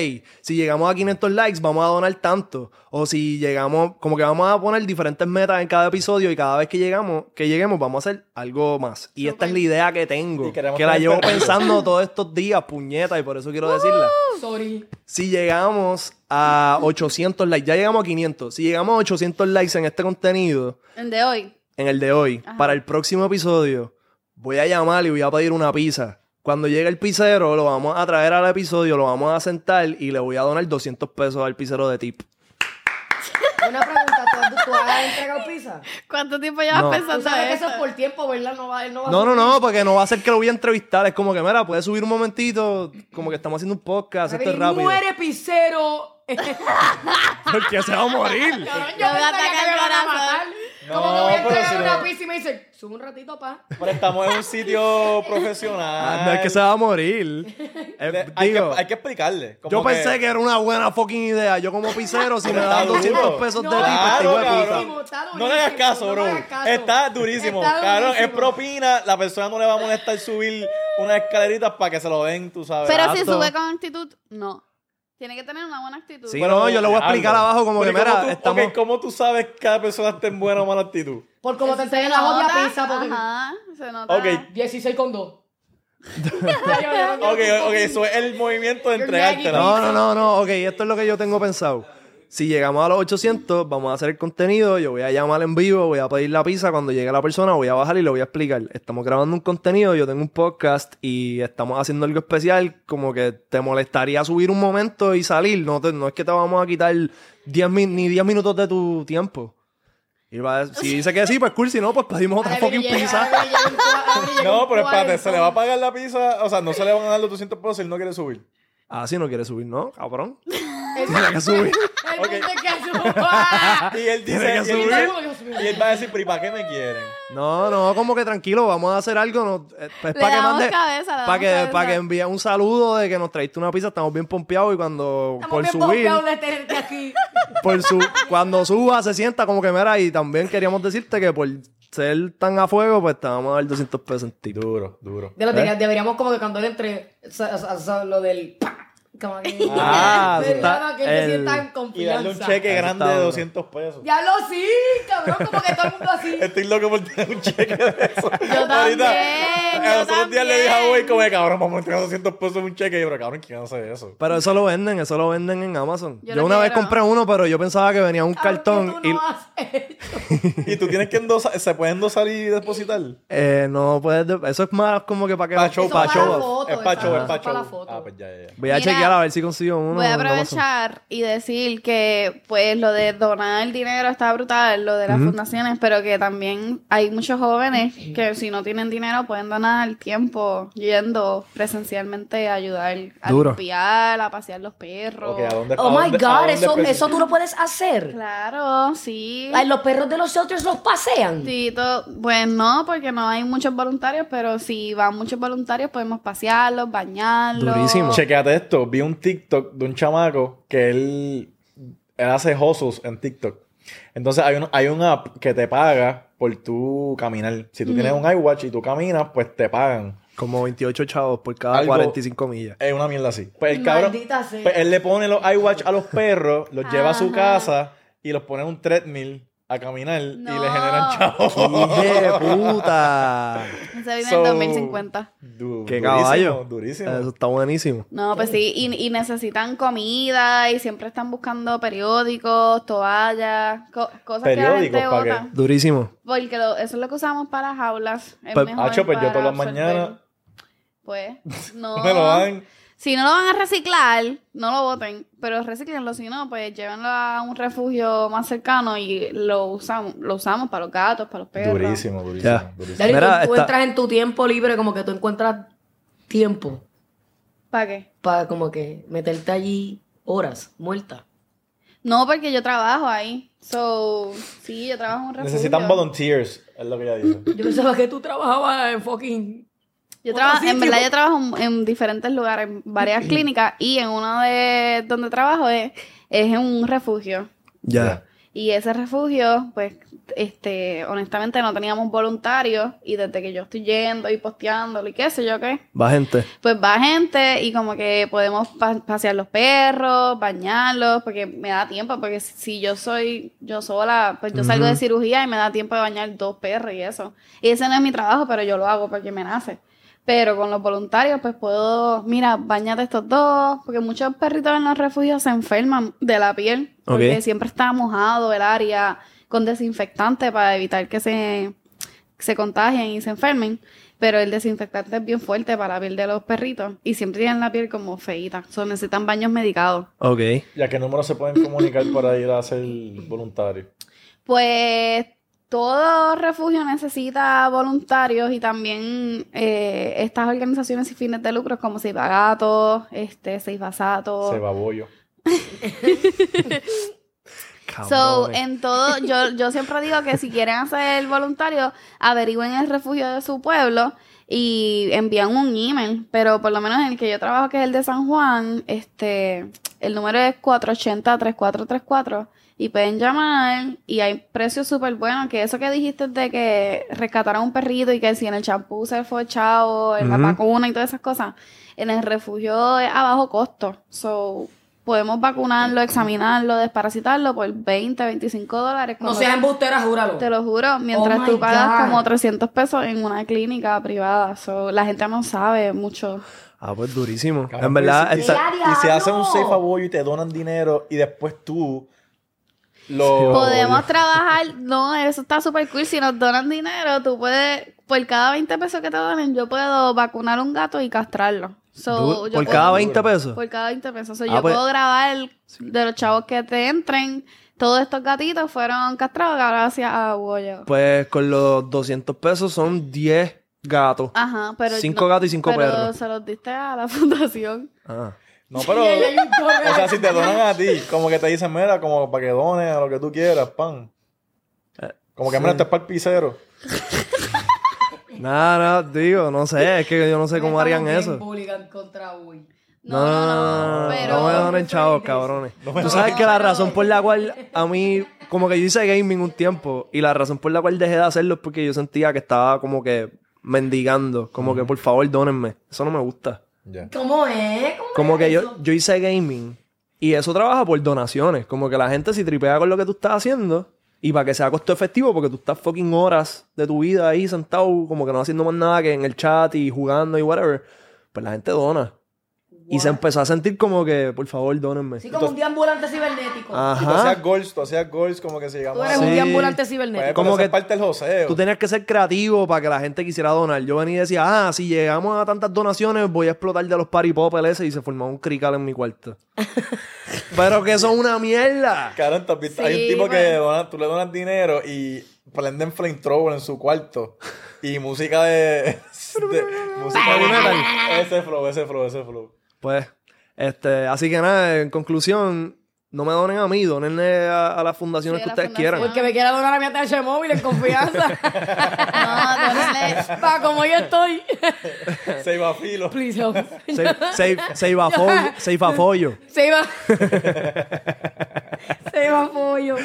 A: si llegamos a 500 likes vamos a donar tanto, o si llegamos, como que vamos a poner diferentes metas en cada episodio y cada vez que llegamos, que lleguemos vamos a hacer algo más. Y esta es la idea que tengo,
B: Y queremos
A: que la
B: tener
A: llevo
B: perdido.
A: pensando todos estos días, puñeta, y por eso quiero decirla.
D: Sorry, Sí.
A: Si llegamos a 800 likes, ya llegamos a 500. Si llegamos a 800 likes en este contenido,
C: El de hoy.
A: en el de hoy,
C: Ajá.
A: para el próximo episodio, voy a llamar y voy a pedir una pizza. Cuando llegue el pizzero, lo vamos a traer al episodio, lo vamos a sentar y le voy a donar 200 pesos al pizzero de tip.
D: Una pregunta, ¿tú, tú has entregado pizza?
C: ¿Cuánto tiempo llevas
A: No.
D: Tú
C: pensando
D: sabes que
C: eso?
D: eso es por tiempo, ¿verdad? No va, él no va a
A: No, no,
D: subir.
A: no, porque no va a ser que lo voy a entrevistar. Es como que, mira, puedes subir un momentito, como que estamos haciendo un podcast, esto es
D: Javi,
A: rápido.
D: Muere pisero.
A: Porque se va a morir.
D: Cabrón,
C: Yo voy a
D: pensaría
C: atacar el
D: que me van a
C: corazón.
D: matar.
B: No,
D: Como que voy a
B: pero
D: entregar
B: si
D: una
B: no-
D: pizza y me dicen, sube un ratito, pa.
B: Pero estamos en un sitio profesional.
A: Ah, no es que se va a morir. Eh,
B: Le- hay, que,
A: digo,
B: hay que explicarle. como
A: yo pensé que era una buena fucking idea. Yo como pizzero, si me
B: Pero
A: dan
B: está
A: 200
B: duro.
A: pesos de
D: No,
A: tip, este
B: Claro,
A: hijo de puta.
B: cabrón.
D: Está durísimo,
B: No le hagas caso,
D: no le
B: bro.
D: hagas caso.
B: Está durísimo.
D: Está
B: Cabrón, es
D: durísimo.
B: propina. La persona no le va a molestar subir unas escaleritas para que se lo den, tú sabes.
C: Pero si
A: Exacto.
C: sube con actitud, no. Tiene que tener una buena actitud.
A: Sí. no, yo le voy a explicar abajo como
B: Pero
A: que,
B: ¿y cómo
A: mira,
B: tú,
A: estamos-
B: ok, ¿Cómo tú sabes que cada persona está en buena o mala actitud?
D: Por como te
C: Se
D: entreguen la jodida
C: nota,
D: pizza, porque
C: Ajá, se nota.
B: Ok.
D: 16 con 2.
B: Ok, ok, eso es el movimiento de
D: You're
B: entregártela.
D: nagging.
A: No, no, no, no. Ok, esto es lo que yo tengo pensado. Si llegamos a los 800, vamos a hacer el contenido. Yo voy a llamar en vivo, voy a pedir la pizza. Cuando llegue la persona, voy a bajar y le voy a explicar. Estamos grabando un contenido, yo tengo un podcast y estamos haciendo algo especial. Como que te molestaría subir un momento y salir. No, te- no es que te vamos a quitar 10 min- ni 10 minutos de tu tiempo. Y va- si dice que sí, pues cool. Si no, pues pedimos otra fucking pizza.
B: No, pero espérate, se le va a pagar la pizza. O sea, no se le van a dar los 200 pesos si él no quiere subir.
A: Ah, si no quiere subir, ¿no? Cabrón. Tiene que subir.
D: El
B: Ok.
D: punto es que suba.
B: Y él dice.
A: Tiene que
B: y él-
A: subir.
B: Y él va a decir, pero ¿y para qué me quieren?
A: No, no, como que tranquilo, vamos a hacer algo. no, eh, es
C: Le
A: para que
C: damos
A: mande.
C: cabeza, le
A: Para
C: damos
A: que,
C: cabeza.
A: pa' que envíe un saludo de que nos traiste una pizza, estamos bien pompeados y cuando
D: Estamos
A: por
D: bien
A: subir,
D: bombeados de tenerte aquí.
A: por su, cuando suba se sienta como que mera y también queríamos decirte que por ser tan a fuego, pues te vamos a dar 200 pesos en ti.
B: Duro, duro.
D: De lo que deberíamos como que cuando él entre, sa- sa- sa- lo del... pa, Como que...
A: Ah,
D: De
A: sí.
D: nada, que él se
A: El-
D: sienta en
B: Y darle un
D: confianza.
B: cheque
A: Eso
B: grande
A: está
B: de
A: duro.
B: 200 pesos.
D: Ya lo sí, cabrón, como que todo el mundo así.
B: Estoy loco por tener un cheque de eso.
C: Yo también, yo
B: los otros días le dije a Boy
C: también.
B: como, cabrón, vamos a entregar 200 pesos en un cheque. Y yo, pero cabrón, ¿quién hace eso?
A: Pero eso lo venden, eso lo venden en Amazon. Yo,
C: Yo lo
A: una vez
C: quiero.
A: compré uno, pero yo pensaba que venía un
D: Cabrón,
A: cartón
D: que
A: y
D: tú no has hecho.
B: Y tú tienes que endosar, ¿se puede endosar y depositar?
A: eh, no puedes. de- Eso es más como que para que.
B: Pa' show,
D: Eso
B: pa'
D: para
B: show.
D: la foto,
B: Es pa' show,
D: exacto,
B: es pa'
D: eso para la
B: show.
D: foto.
B: Ah, pues ya, ya, ya.
A: Voy a
C: Mira,
A: chequear a ver si consigo uno.
C: Voy
A: en
C: a
A: Amazon.
C: aprovechar y decir que, pues, lo de donar el dinero está brutal, lo de las fundaciones, pero que también hay muchos jóvenes que si no tienen dinero pueden donar el tiempo yendo presencialmente a ayudar a
A: Duro.
C: limpiar, a pasear los perros.
B: Ok, ¿a dónde,
D: Oh
B: a
D: my
B: dónde- a
D: God,
B: dónde
D: eso,
B: específico?
D: eso tú lo puedes hacer.
C: Claro, sí.
D: Ay, los perros de los otros los pasean.
C: Tito, pues no, porque no hay muchos voluntarios, pero si van muchos voluntarios podemos pasearlos, bañarlos.
A: Durísimo.
B: Chequéate esto. Vi un TikTok de un chamaco que él, él hace hostels en TikTok. Entonces hay un, hay un app que te paga por tu caminar. Si tú tienes
D: Mm.
B: un iWatch y tú caminas, pues te pagan.
A: Como 28 chavos por cada
B: Algo-
A: 45 millas.
B: Es una mierda así. Pues el cabrón.
D: Maldita sea.
B: pues él le pone los iWatch a los perros, los lleva a su
C: Ajá.
B: casa y los pone en un treadmill a caminar y le
C: No.
B: generan chavos.
A: ¡Qué puta!
C: Se vive
B: So,
C: en 2050.
B: du-
A: ¡Qué
B: durísimo,
A: caballo!
B: Durísimo.
A: Eso está buenísimo.
C: No, pues sí, y, y necesitan comida y siempre están buscando periódicos, toallas, co- cosas
B: Periódicos,
C: que la
B: ¿pa' qué?
C: gente bota.
A: Durísimo.
C: Porque lo- eso es lo que usamos para jaulas. Es
A: Pues,
C: mejor
B: Hacho, pues yo
C: para
B: todas las
C: absorber.
B: mañanas
C: Pues, no.
B: me lo dan.
C: Si no lo van a reciclar, no lo boten, pero reciclenlo. Si no, pues llévenlo a un refugio más cercano y lo usamos, lo usamos para los gatos, para los perros.
B: Durísimo, durísimo.
A: Ya.
B: durísimo.
D: Dari,
A: Mira,
D: tú, tú
A: está-
D: entras en tu tiempo libre, como que tú encuentras tiempo
C: ¿Para qué?
D: para como que meterte allí horas muertas.
C: No, porque yo trabajo ahí. So, sí, yo trabajo en un refugio.
B: Necesitan volunteers, es lo que ella dice.
D: Yo pensaba que tú trabajabas en fucking...
C: Yo
D: Otro
C: traba- en
D: sitio.
C: verdad yo trabajo en, en diferentes lugares, en varias clínicas y en uno de donde trabajo es, es en un refugio.
A: Ya.
C: Y ese refugio, pues, este, honestamente no teníamos voluntarios y desde que yo estoy yendo y posteándolo y qué sé yo qué,
A: Va gente.
C: pues va gente y como que podemos pa- pasear los perros, bañarlos, porque me da tiempo, porque si- si yo soy yo sola, pues yo salgo de
A: Ujú.
C: cirugía y me da tiempo de bañar dos perros y eso. Y ese no es mi trabajo, pero yo lo hago porque me nace. Pero con los voluntarios, pues puedo, mira, bañate estos dos, porque muchos perritos en los refugios se enferman de la piel, porque
A: Ok.
C: siempre está mojado el área con desinfectante para evitar que se, se contagien y se enfermen. Pero el desinfectante es bien fuerte para la piel de los perritos y siempre tienen la piel como feíta, so, necesitan baños medicados.
A: Ok.
B: ¿Y a qué número se pueden comunicar para ir a ser voluntario?
C: Pues todo refugio necesita voluntarios y también eh, estas organizaciones sin fines de lucro como Seis Gatos, este, Seis Basatos.
B: Se va bollo.
C: So,
A: Cabrones.
C: en todo, yo, yo siempre digo que si quieren hacer voluntario, averigüen el refugio de su pueblo y envían un email. Pero por lo menos en el que yo trabajo, que es el de San Juan, este, el número es 480-3434 y pueden llamar y hay precios súper buenos. Que eso que dijiste de que rescataron un perrito y que si en el champú se fue chavo,
A: Ujú.
C: en la vacuna y todas esas cosas, en el refugio es a bajo costo. So, podemos vacunarlo, examinarlo, desparasitarlo por 20, 25 dólares.
D: No
C: cuando-
D: seas embustera, júralo.
C: Te lo juro, mientras
D: my
C: tú pagas
D: God.
C: como 300 pesos en una clínica privada. So, la gente no sabe mucho.
A: Ah, pues durísimo.
B: Cabrón,
A: En verdad,
B: pero si-
A: esta-
D: Diaria,
B: y se hace un
D: no.
B: safe a bollo y te donan dinero y después tú lo...
A: Oh,
C: Podemos trabajar, no, eso está súper cool. Si nos donan dinero, tú puedes, por cada 20 pesos que te donen, yo puedo vacunar un gato y castrarlo. So,
A: du-
C: yo
A: por
C: puedo-
A: cada 20 pesos.
C: Por cada 20 pesos. So,
A: Ah,
C: yo
A: pues-
C: puedo grabar de los chavos que te entren. Todos estos gatitos fueron castrados gracias a Goyo.
A: Pues con los 200 pesos son 10 gatos.
C: Ajá, pero.
A: Cinco gatos y cinco
C: pero
A: perros.
C: se los diste a la fundación.
A: Ah.
B: No, pero...
D: Y hay un torre.
B: O sea, si te donan a ti, como que te dicen, mira, como para que dones a lo que tú quieras, pan.
A: Eh,
B: Como que, mira, este es para el pisero.
A: Nada, no, digo, no sé. Es que yo no sé cómo
D: Estamos
A: harían
D: bien
A: eso.
D: Bulligan contra Uy.
A: No, no, no, no, no,
C: pero-
A: no me donen chavos, cabrones. Tú sabes que la razón por la cual a mí, como que yo hice gaming un tiempo, y la razón por la cual dejé de hacerlo es porque yo sentía que estaba como que mendigando, como que por favor donenme. Eso no me gusta.
B: Ya.
D: ¿Cómo es? ¿Cómo
A: Como
D: es
A: que
D: eso?
A: yo, yo hice gaming y eso trabaja por donaciones. Como que la gente si tripea con lo que tú estás haciendo y para que sea costo efectivo, porque tú estás fucking horas de tu vida ahí sentado, como que no haciendo más nada que en el chat y jugando y whatever, pues la gente dona. Y se empezó a sentir como que, por favor, donenme.
D: Sí, como un deambulante cibernético.
B: Si tú hacías
A: Ajá.
B: goals, tú hacías goals como que se
D: Tú
B: llamaba.
D: eres un
A: Ah, Sí.
D: deambulante
B: Pues,
D: cibernético.
A: Como
B: como que
A: que-
B: es parte del joseo.
A: Tú tenías que ser creativo para que la gente quisiera donar. Yo venía y decía, ah, si llegamos a tantas donaciones, voy a explotar de los party popper ese y se formaba un crical en mi cuarto. Pero que son una mierda.
B: Cabrón, ¿tú has visto? hay un
C: Sí,
B: tipo que
C: bueno.
B: dona- tú le donas dinero y prenden flamethrower en su cuarto. Y música de... de- música de Ese flow, ese flow, ese flow.
A: Pues, este, así que nada, en conclusión, no me donen a mí, donenle a, a las fundaciones que
C: Sí, a la
A: ustedes
C: fundación.
A: quieran.
D: Porque me quiera donar a mi ATH móvil en confianza.
C: No, donenle-
D: Pa, como yo estoy.
B: Se iba a filo.
D: Please help.
A: Save, save, save a fo- save a follo.
D: Se iba. Se iba pollo.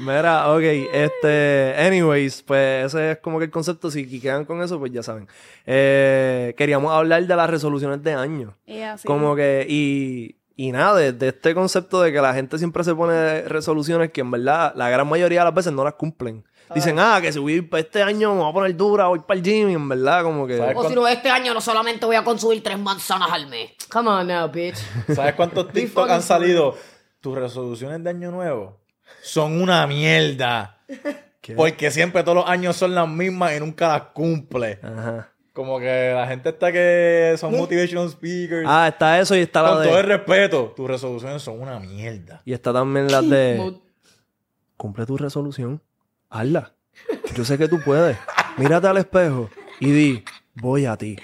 A: Mira, ok, este, anyways, pues ese es como que el concepto, si quedan con eso, pues ya saben. Eh, queríamos hablar de las resoluciones de año.
C: Y así.
A: Como que, y, y nada, de, de este concepto de que la gente siempre se pone resoluciones que en verdad la gran mayoría de las veces no las cumplen. Dicen, ah, que si voy para este año me voy a poner dura, voy para el gym, y en verdad como que...
B: ¿Sabes,
F: O si
B: cuánto-
F: no, este año no solamente voy a consumir tres manzanas al mes.
D: Come on now, bitch.
B: ¿sabes cuántos TikTok han salido? Tus resoluciones de año nuevo son una mierda.
A: ¿Qué?
B: Porque siempre todos los años son las mismas y nunca las cumple.
A: Ajá.
B: Como que la gente está que son motivational speakers.
A: Ah, está eso y está la
B: con todo el
A: de...
B: respeto, tus resoluciones son una mierda.
A: Y está también la de...
D: Mood.
A: Cumple tu resolución. Hazla. Yo sé que tú puedes. Mírate al espejo y di, voy a ti.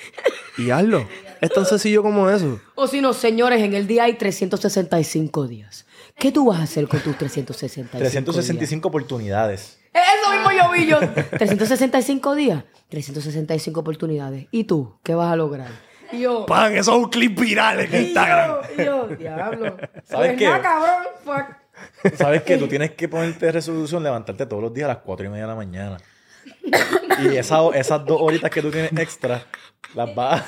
A: Y hazlo. Es tan sencillo como eso.
D: O si no, señores, en el día hay 365 días. ¿Qué tú vas a hacer con tus 365 días? Eh,
B: 365 oportunidades.
D: Eso mismo yo vi yo. 365 días, 365 oportunidades. ¿Y tú? ¿Qué vas a lograr? Y yo,
A: ¡Pan! Eso es un clip viral en
D: y yo, y yo, diablo.
B: ¿Sabes
D: Pues
B: qué?
D: nada, cabrón, fuck.
B: ¿Sabes qué? Tú tienes que ponerte resolución, levantarte todos los días a las 4 y media de la mañana. Y esa- esas dos horitas que tú tienes extra, las vas.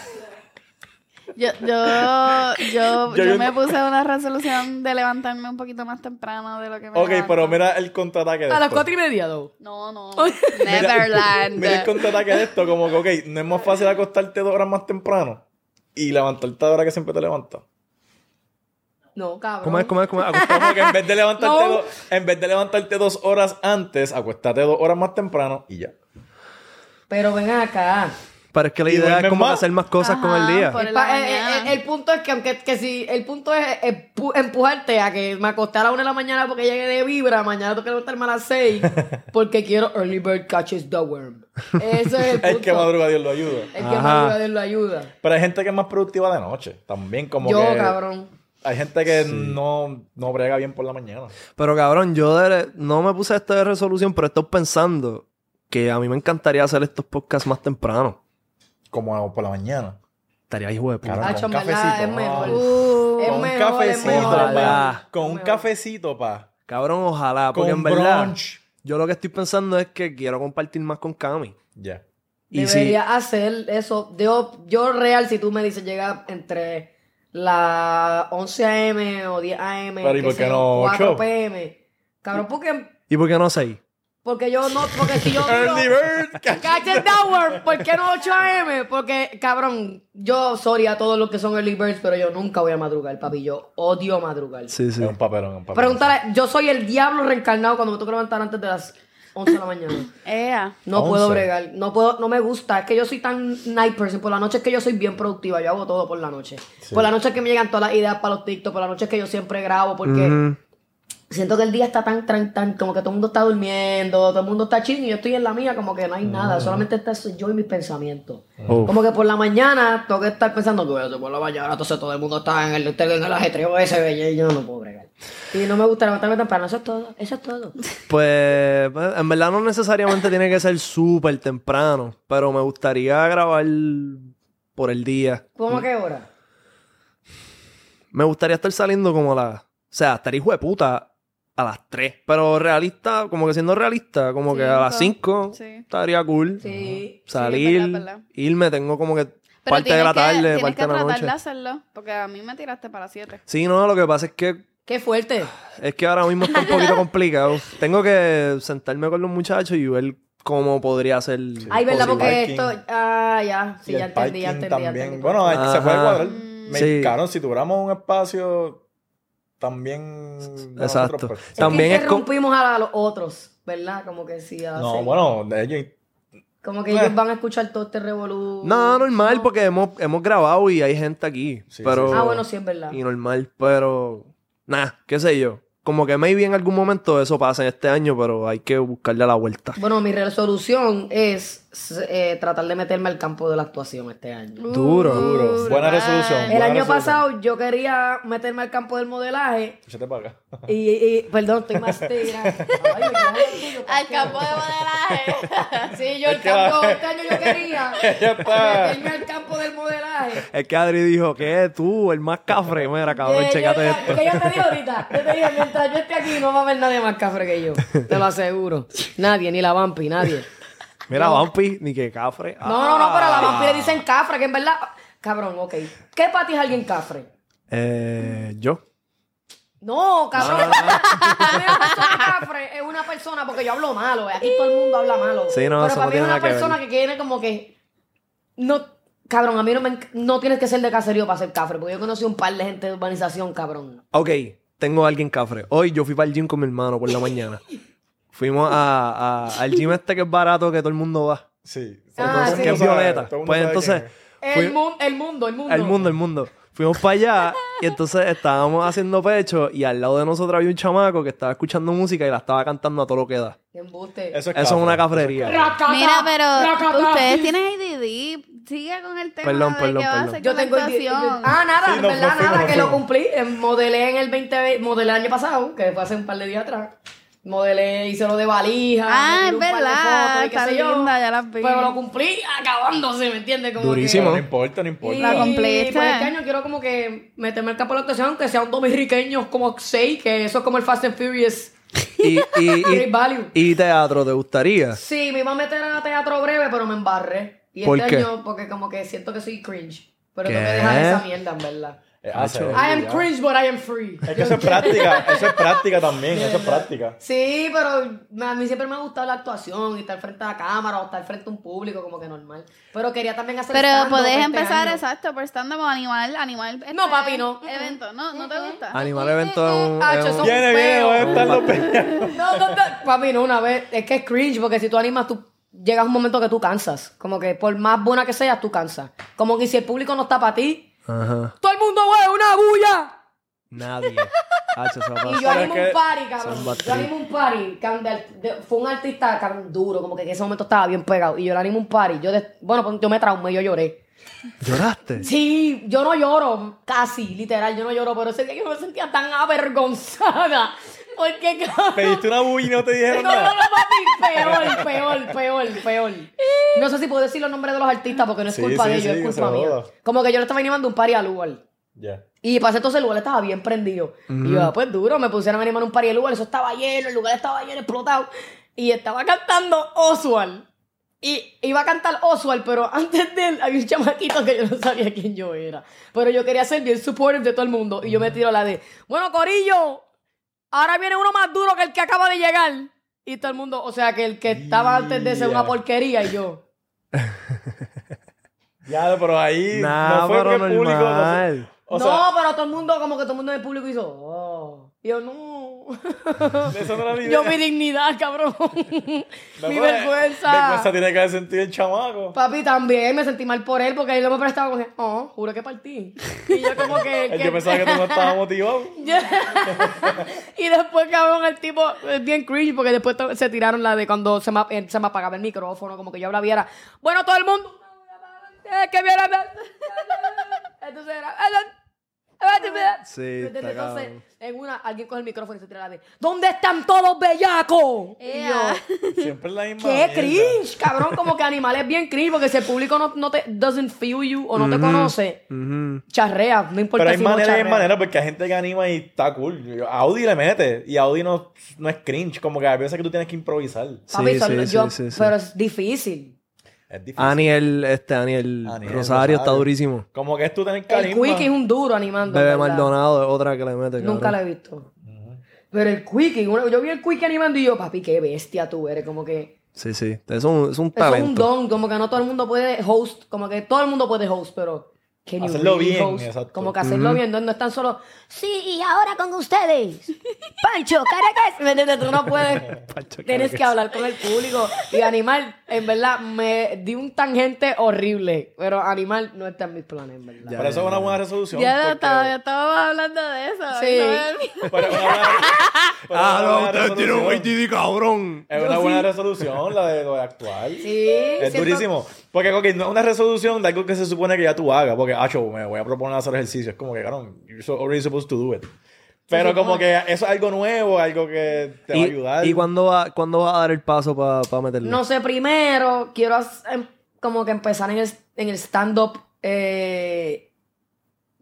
C: Yo, yo, yo,
B: Yo-
C: yo
B: yo-
C: me puse una resolución de levantarme un poquito más temprano de lo que me
B: Ok,
C: levanto.
B: pero mira el contraataque de
D: A las
B: esto.
D: cuatro y media, though.
C: No, no.
B: Mira-
C: Neverland.
B: Mira el contraataque de esto, como que, ok, no es más fácil acostarte dos horas más temprano y levantarte a la hora que siempre te levantas.
D: No, cabrón.
A: ¿Cómo es? ¿Cómo es? ¿Cómo es? Acostado.
B: Como que en vez de levantarte,
D: No.
B: dos, en vez de levantarte dos horas antes, acuéstate dos horas más temprano y ya.
D: Pero ven acá.
A: Pero es que la
B: Y
A: idea es
B: duermes
A: como
B: más.
A: hacer más cosas con el
C: Ajá,
A: día.
C: por-
D: El,
C: la
D: pa- eh,
C: mañana.
D: eh, el punto es que aunque que si el punto es empu- empujarte a que me acostara a una de la mañana porque llegué de vibra, mañana tengo que levantarme a las seis porque quiero early bird catches the worm. Ese es el punto.
B: Es que madruga Dios lo ayuda.
D: El que
A: Ajá.
D: madruga Dios lo ayuda.
B: Pero hay gente que es más productiva de noche. También como
D: Yo,
B: que...
D: cabrón.
B: Hay gente que no, no brega bien por la mañana.
A: Pero cabrón, yo de- no me puse esta de resolución, pero estoy pensando que a mí me encantaría hacer estos podcasts más temprano.
B: Como por la mañana.
A: Estaría hijo de puta.
B: Claro,
D: Hacho,
B: con
D: en verdad,
B: cafecito,
D: es mejor.
B: no.
C: Uh,
D: Es
B: Con un
D: mejor, es
B: cafecito,
D: mejor.
A: Ojalá.
B: pa. Con un cafecito, pa.
A: Cabrón, ojalá, porque
B: Con
A: en verdad,
B: brunch.
A: yo lo que estoy pensando es que quiero compartir más con Cami.
B: Ya.
A: Y si,
D: Debería hacer eso. Yo, yo real, si tú me dices llega entre las 11 a.m. o 10 a.m.
B: Pero, ¿y
D: que
B: por qué
D: sean
B: no
D: 4
B: ocho?
D: p.m. Cabrón, porque,
A: ¿y por qué no seis?
D: porque yo no... Porque si yo miro...
B: Early bird.
D: Catch it down, ¿por qué no 8 a.m.? Porque, cabrón, yo, sorry a todos los que son early birds, pero yo nunca voy a madrugar, papi. Yo odio madrugar.
A: Sí, sí.
B: Es un papelón, un papelón.
D: Pregúntale, yo soy el diablo reencarnado cuando me toca levantar antes de las 11 de la mañana.
C: ea.
D: No puedo
B: 11.
D: bregar, no puedo, no me gusta. Es que yo soy tan night person. Por la noche es que yo soy bien productiva, yo hago todo por la noche. Por la noche es que me llegan todas las ideas para los TikTok, por la noche es que yo siempre grabo, porque
A: Ujú.
D: siento que el día está tan, tan, tan, como que todo el mundo está durmiendo, todo el mundo está chill y yo estoy en la mía, como que no hay
B: Ah.
D: nada. Solamente está eso, yo y mis pensamientos.
A: Oh.
D: Como que por la mañana tengo que estar pensando que voy a hacer por la mañana, entonces todo el mundo está en el, en el ajetreo ese, y yo no puedo bregar. Y no me gusta levantarme temprano, eso es todo, eso es todo.
A: Pues, pues, en verdad no necesariamente tiene que ser súper temprano, pero me gustaría grabar por el día.
D: ¿Cómo a qué hora?
A: Me gustaría estar saliendo como a las... O sea, estar hijo de puta a las 3. Pero realista, como que siendo realista, como que a las 5
C: Cinco. Sí.
A: estaría cool.
D: Sí.
A: Salir,
C: es verdad, es verdad.
A: irme, tengo como que
C: Pero
A: parte de la
C: tienes que-
A: tarde,
C: tienes
A: parte
C: que
A: de la
C: tratar
A: noche.
C: de hacerlo, porque a mí me tiraste para siete.
A: Sí, no, lo que pasa es que
D: Qué fuerte.
A: es que ahora mismo está un poquito complicado. Tengo que sentarme con los muchachos y ver cómo podría ser.
D: Ay, ¿verdad?
B: Por el
D: Porque
B: pues parking.
D: esto. Ah, ya. Sí,
B: Y
D: ya
B: el
D: entendí, ya
B: parking
D: entendí. ya
B: también.
D: entendí.
B: Bueno, hay- se puede
A: Ajá.
B: cuadrar.
C: Mm.
B: Me
A: Sí.
B: cabrón, si tuviéramos un espacio también. de
A: Exacto.
B: nosotros, pues.
D: Es
A: también
D: que
A: es co-
D: interrumpimos a los otros, ¿verdad? Como que sí. a-
B: No,
D: Ah, sí.
B: bueno, de ellos.
D: Como que
B: Eh.
D: ellos van a escuchar todo este revolú.
A: No, normal, porque hemos, hemos grabado y hay gente aquí.
B: Sí,
A: pero...
B: sí,
D: Ah, bueno, sí, es verdad.
A: Y normal, pero... Nah, qué sé yo. Como que maybe en algún momento eso pasa en este año, pero hay que buscarle a la vuelta.
D: Bueno, mi resolución es s- eh, tratar de meterme al campo de la actuación este año.
C: Mm,
A: Duro.
C: Uh,
B: Duro. Buena resolución.
D: El
B: buena
D: año
B: resolución.
D: pasado yo quería meterme al campo del modelaje
B: Échate para acá.
D: y, y- perdón, estoy más tira. Ay, me quedaba el tuyo,
C: Al
D: ¿por qué?
C: campo de modelaje.
D: Sí, yo el
B: Es que va-
D: cambio, este año yo quería
B: está.
D: meterme al campo del modelaje.
A: Es que Adri dijo, ¿qué? Tú, el más cafre. Mira, cabrón,
D: Eh,
A: checate
D: yo,
A: Ah, pues, esto.
D: Que yo te digo ahorita, yo te digo, mientras yo esté aquí no va a haber nadie más cafre que yo. Te lo aseguro. Nadie, ni la vampi, nadie.
A: Mira, Vampi, ni que cafre.
D: No, no, no,
A: Ah.
D: pero a la vampi le dicen cafre, que en verdad. Cabrón, ok. ¿Qué para ti es alguien cafre?
A: Eh, yo.
D: No, cabrón.
A: Ah.
D: Una persona cafre es una persona, porque yo hablo malo, eh, aquí todo el mundo habla malo.
A: Sí, no,
D: pero
A: eso no
D: para mí es
A: tiene
D: una
A: nada que ver.
D: persona que tiene como que. No, cabrón, a mí no me. enc- No tienes que ser de caserío para ser cafre, porque yo conocí un par de gente de urbanización, cabrón.
A: Ok, tengo a alguien cafre. Hoy yo fui para el gym con mi hermano por la mañana. Fuimos a, a- al gym este que es barato, que todo el mundo va.
B: Sí.
D: Ah,
A: Entonces,
D: sí.
A: que es
D: Todo
A: violeta. Pues entonces,
D: El,
A: fui-
D: mun- el mundo, el mundo.
A: el mundo, el mundo. Fuimos para allá y entonces estábamos haciendo pecho y al lado de nosotros había un chamaco que estaba escuchando música y la estaba cantando a todo lo que da.
D: Qué embuste.
A: Eso es una cafrería.
D: Racata,
C: Mira, pero
D: racata.
C: ustedes tienen IDD. Sigue con el tema
A: Perdón,
C: de
A: perdón,
C: qué va a
A: perdón.
C: hacer
D: Yo
C: con
D: tengo
C: la
D: el di-
C: actuación.
D: Ah, nada,
B: Sí,
D: en
B: no,
D: verdad,
B: fue, fue,
D: nada,
B: no,
D: que
B: fue.
D: lo cumplí. Eh, Modelé en el 20, modelé el año pasado, que fue hace un par de días atrás. Modelé, hice lo de valija.
C: Ah, es
D: metí un par de
C: verdad,
D: fotos y qué
C: está
D: sé yo.
C: linda, ya las vi.
D: Pero lo cumplí acabándose, ¿me entiendes? Como
A: Durísimo.
B: No importa, no
D: Que... Y,
B: importa.
C: La completa.
D: pues, este año quiero como que meterme al campo de la actuación, que sean dominicanos como seis, que eso es como el Fast and Furious.
A: Y, y-
D: Great
A: y-
D: value.
A: y teatro, ¿te gustaría?
D: Sí, me iba a meter a teatro breve, pero me embarré. Y
A: ¿Por
D: este
A: qué?
D: año, porque como que siento que soy cringe. Pero
A: ¿Qué?
D: no me dejas esa mierda, en verdad.
B: Eh, hace-
A: Macho.
D: I am
B: ya.
D: cringe, but I am free.
B: Es que eso es práctica, eso es práctica también, eso es práctica.
D: Sí, pero me- a mí siempre me ha gustado la actuación y estar frente a la cámara o estar frente a un público, como que normal. Pero quería también hacer
C: Pero
D: stand-up
C: podés
D: este
C: empezar,
D: año.
C: exacto, por stand-up o animal, animal. este,
D: No, papi, no.
C: Evento, no, no te gusta.
A: Animal Evento es un-
D: Ah,
A: es
D: eso-
A: un-
B: Viene, viene, va a estar los pe-
D: No, no, no. Papi, no, una vez. Es que es cringe, porque si tú animas, tú llegas a un momento que tú cansas. Como que por más buena que seas, tú cansas. Como que si el público no está para ti,
A: Ajá.
D: todo el mundo es una bulla.
A: Nadie. Hacho, esa
D: Y
A: pasa.
D: yo animo
B: que
D: un party, cabrón.
A: son bastante-
D: Yo animo un party. que ande al- de- Fue un artista cabrón, duro, como que en ese momento estaba bien pegado. Y yo le animo un party. Yo de- bueno, pues yo me traumé, yo lloré.
A: ¿Lloraste?
D: Sí, yo no lloro, casi, literal, yo no lloro, pero ese día yo me sentía tan avergonzada. Porque, cabrón,
B: Pediste una bulla y no te dijeron
D: no, no,
B: nada.
D: no, papi, peor, peor, peor, peor. No sé si puedo decir los nombres de los artistas porque no es
B: Sí,
D: culpa
B: sí,
D: de ellos,
B: sí, que
D: es
B: se
D: culpa mía.
B: joda.
D: Como que yo le estaba animando un party al lugar.
B: Ya.
D: Y pasé entonces el lugar estaba bien prendido. Y yo, ah, pues duro, me pusieron a animar un par y el lugar, eso estaba lleno, el lugar estaba lleno, explotado. Y estaba cantando Oswald. Y iba a cantar Oswald, pero antes de él había un chamaquito que yo no sabía quién yo era. Pero yo quería ser bien supportive de todo el mundo. Y yo me tiro la de, bueno, Corillo, ahora viene uno más duro que el que acaba de llegar. Y todo el mundo, o sea, que el que estaba antes de ser una
B: Ya.
D: porquería y yo.
B: Ya, pero ahí
A: Nah,
B: no fue
A: pero
B: porque el público. No,
A: normal.
B: o
D: no,
B: sea,
D: pero todo el mundo, como que todo el mundo en el público hizo, oh. Y yo, no.
B: de eso no era ni
D: Yo
B: idea.
D: mi dignidad, cabrón.
B: No,
D: mi
B: pero,
D: vergüenza.
B: Vergüenza tiene que haber sentido el chamaco.
D: Papi, también me sentí mal por él porque él no me prestaba como que, oh, juro que partí. Y yo como que... que-
B: Yo pensaba que tú no estabas motivado.
D: Yo- y después, cabrón, el tipo es bien cringe porque después to- se tiraron la de cuando se me, ap- eh, se me apagaba el micrófono, como que yo hablaba y era, bueno, todo el mundo, eh, que viera... Entonces era...
A: Sí, está
D: pues Entonces,
A: cabrón.
D: en una, alguien coge el micrófono y se tira la de, ¿dónde están todos bellacos? Y yo,
C: Ea.
B: Siempre es la misma.
D: Qué
B: mierda.
D: cringe, cabrón, como que animal es bien cringe, porque si el público no, no te doesn't feel you o no
A: Mm-hmm.
D: te conoce,
A: Ujú.
D: charrea, no importa
B: Pero hay
D: si no
B: maneras y hay
D: charrea.
B: maneras porque hay gente que anima y está cool. Yo- Audi le mete y Audi no, no es cringe. Como que a veces que tú tienes que improvisar.
D: Papi,
A: Sí,
D: solo-
A: sí,
D: yo-
A: sí, sí, sí.
D: pero es difícil.
B: Es difícil.
A: Aniel, este, Aniel,
B: Aniel
A: Rosario, está durísimo.
B: Como que es tú tener
D: El
B: carisma.
D: Quickie es un duro animando.
A: Bebe
D: en verdad.
A: Maldonado es otra que le mete.
D: Nunca la he visto. Pero el Quickie, uno- yo vi el Quickie animando y yo, papi, qué bestia tú eres, como que...
A: Sí, sí. Es un, es un
D: Eso es
A: talento.
D: un don, como que no todo el mundo puede host, como que todo el mundo puede host, pero... can you
B: Hacerlo
D: really
B: bien,
D: host?
B: exacto.
D: Como que hacerlo bien, no, no es tan solo...
F: Sí, y ahora con ustedes. Pancho, Caracas.
D: ¿Me entiendes? Tú no puedes...
A: Pacho,
D: Tienes que hablar con el público. Y Animal, en verdad, me di un tangente horrible. Pero Animal no está en mis planes, en verdad.
A: Ya,
B: Pero eso es una buena resolución.
C: Ya lo
B: porque-
C: estaba, ya estaba hablando de eso.
D: Sí.
C: no me olvido.
B: pero es una buena- pero es una
A: Ah,
B: buena resolución.
A: cabrón.
B: Es una buena resolución la de lo de actuar.
D: Sí,
B: Es
D: siento-
B: durísimo. Porque ok, no es una resolución de algo que se supone que ya tú hagas. Porque, acho, me voy a proponer hacer ejercicio. Es como que, cabrón, you're so- already supposed to do it. Pero como que eso es algo nuevo, algo que te va a ayudar.
A: ¿Y, y cuándo va, cuándo va a dar el paso para meterlo?
D: No sé, primero quiero hac- em- como que empezar en el, en el stand-up eh,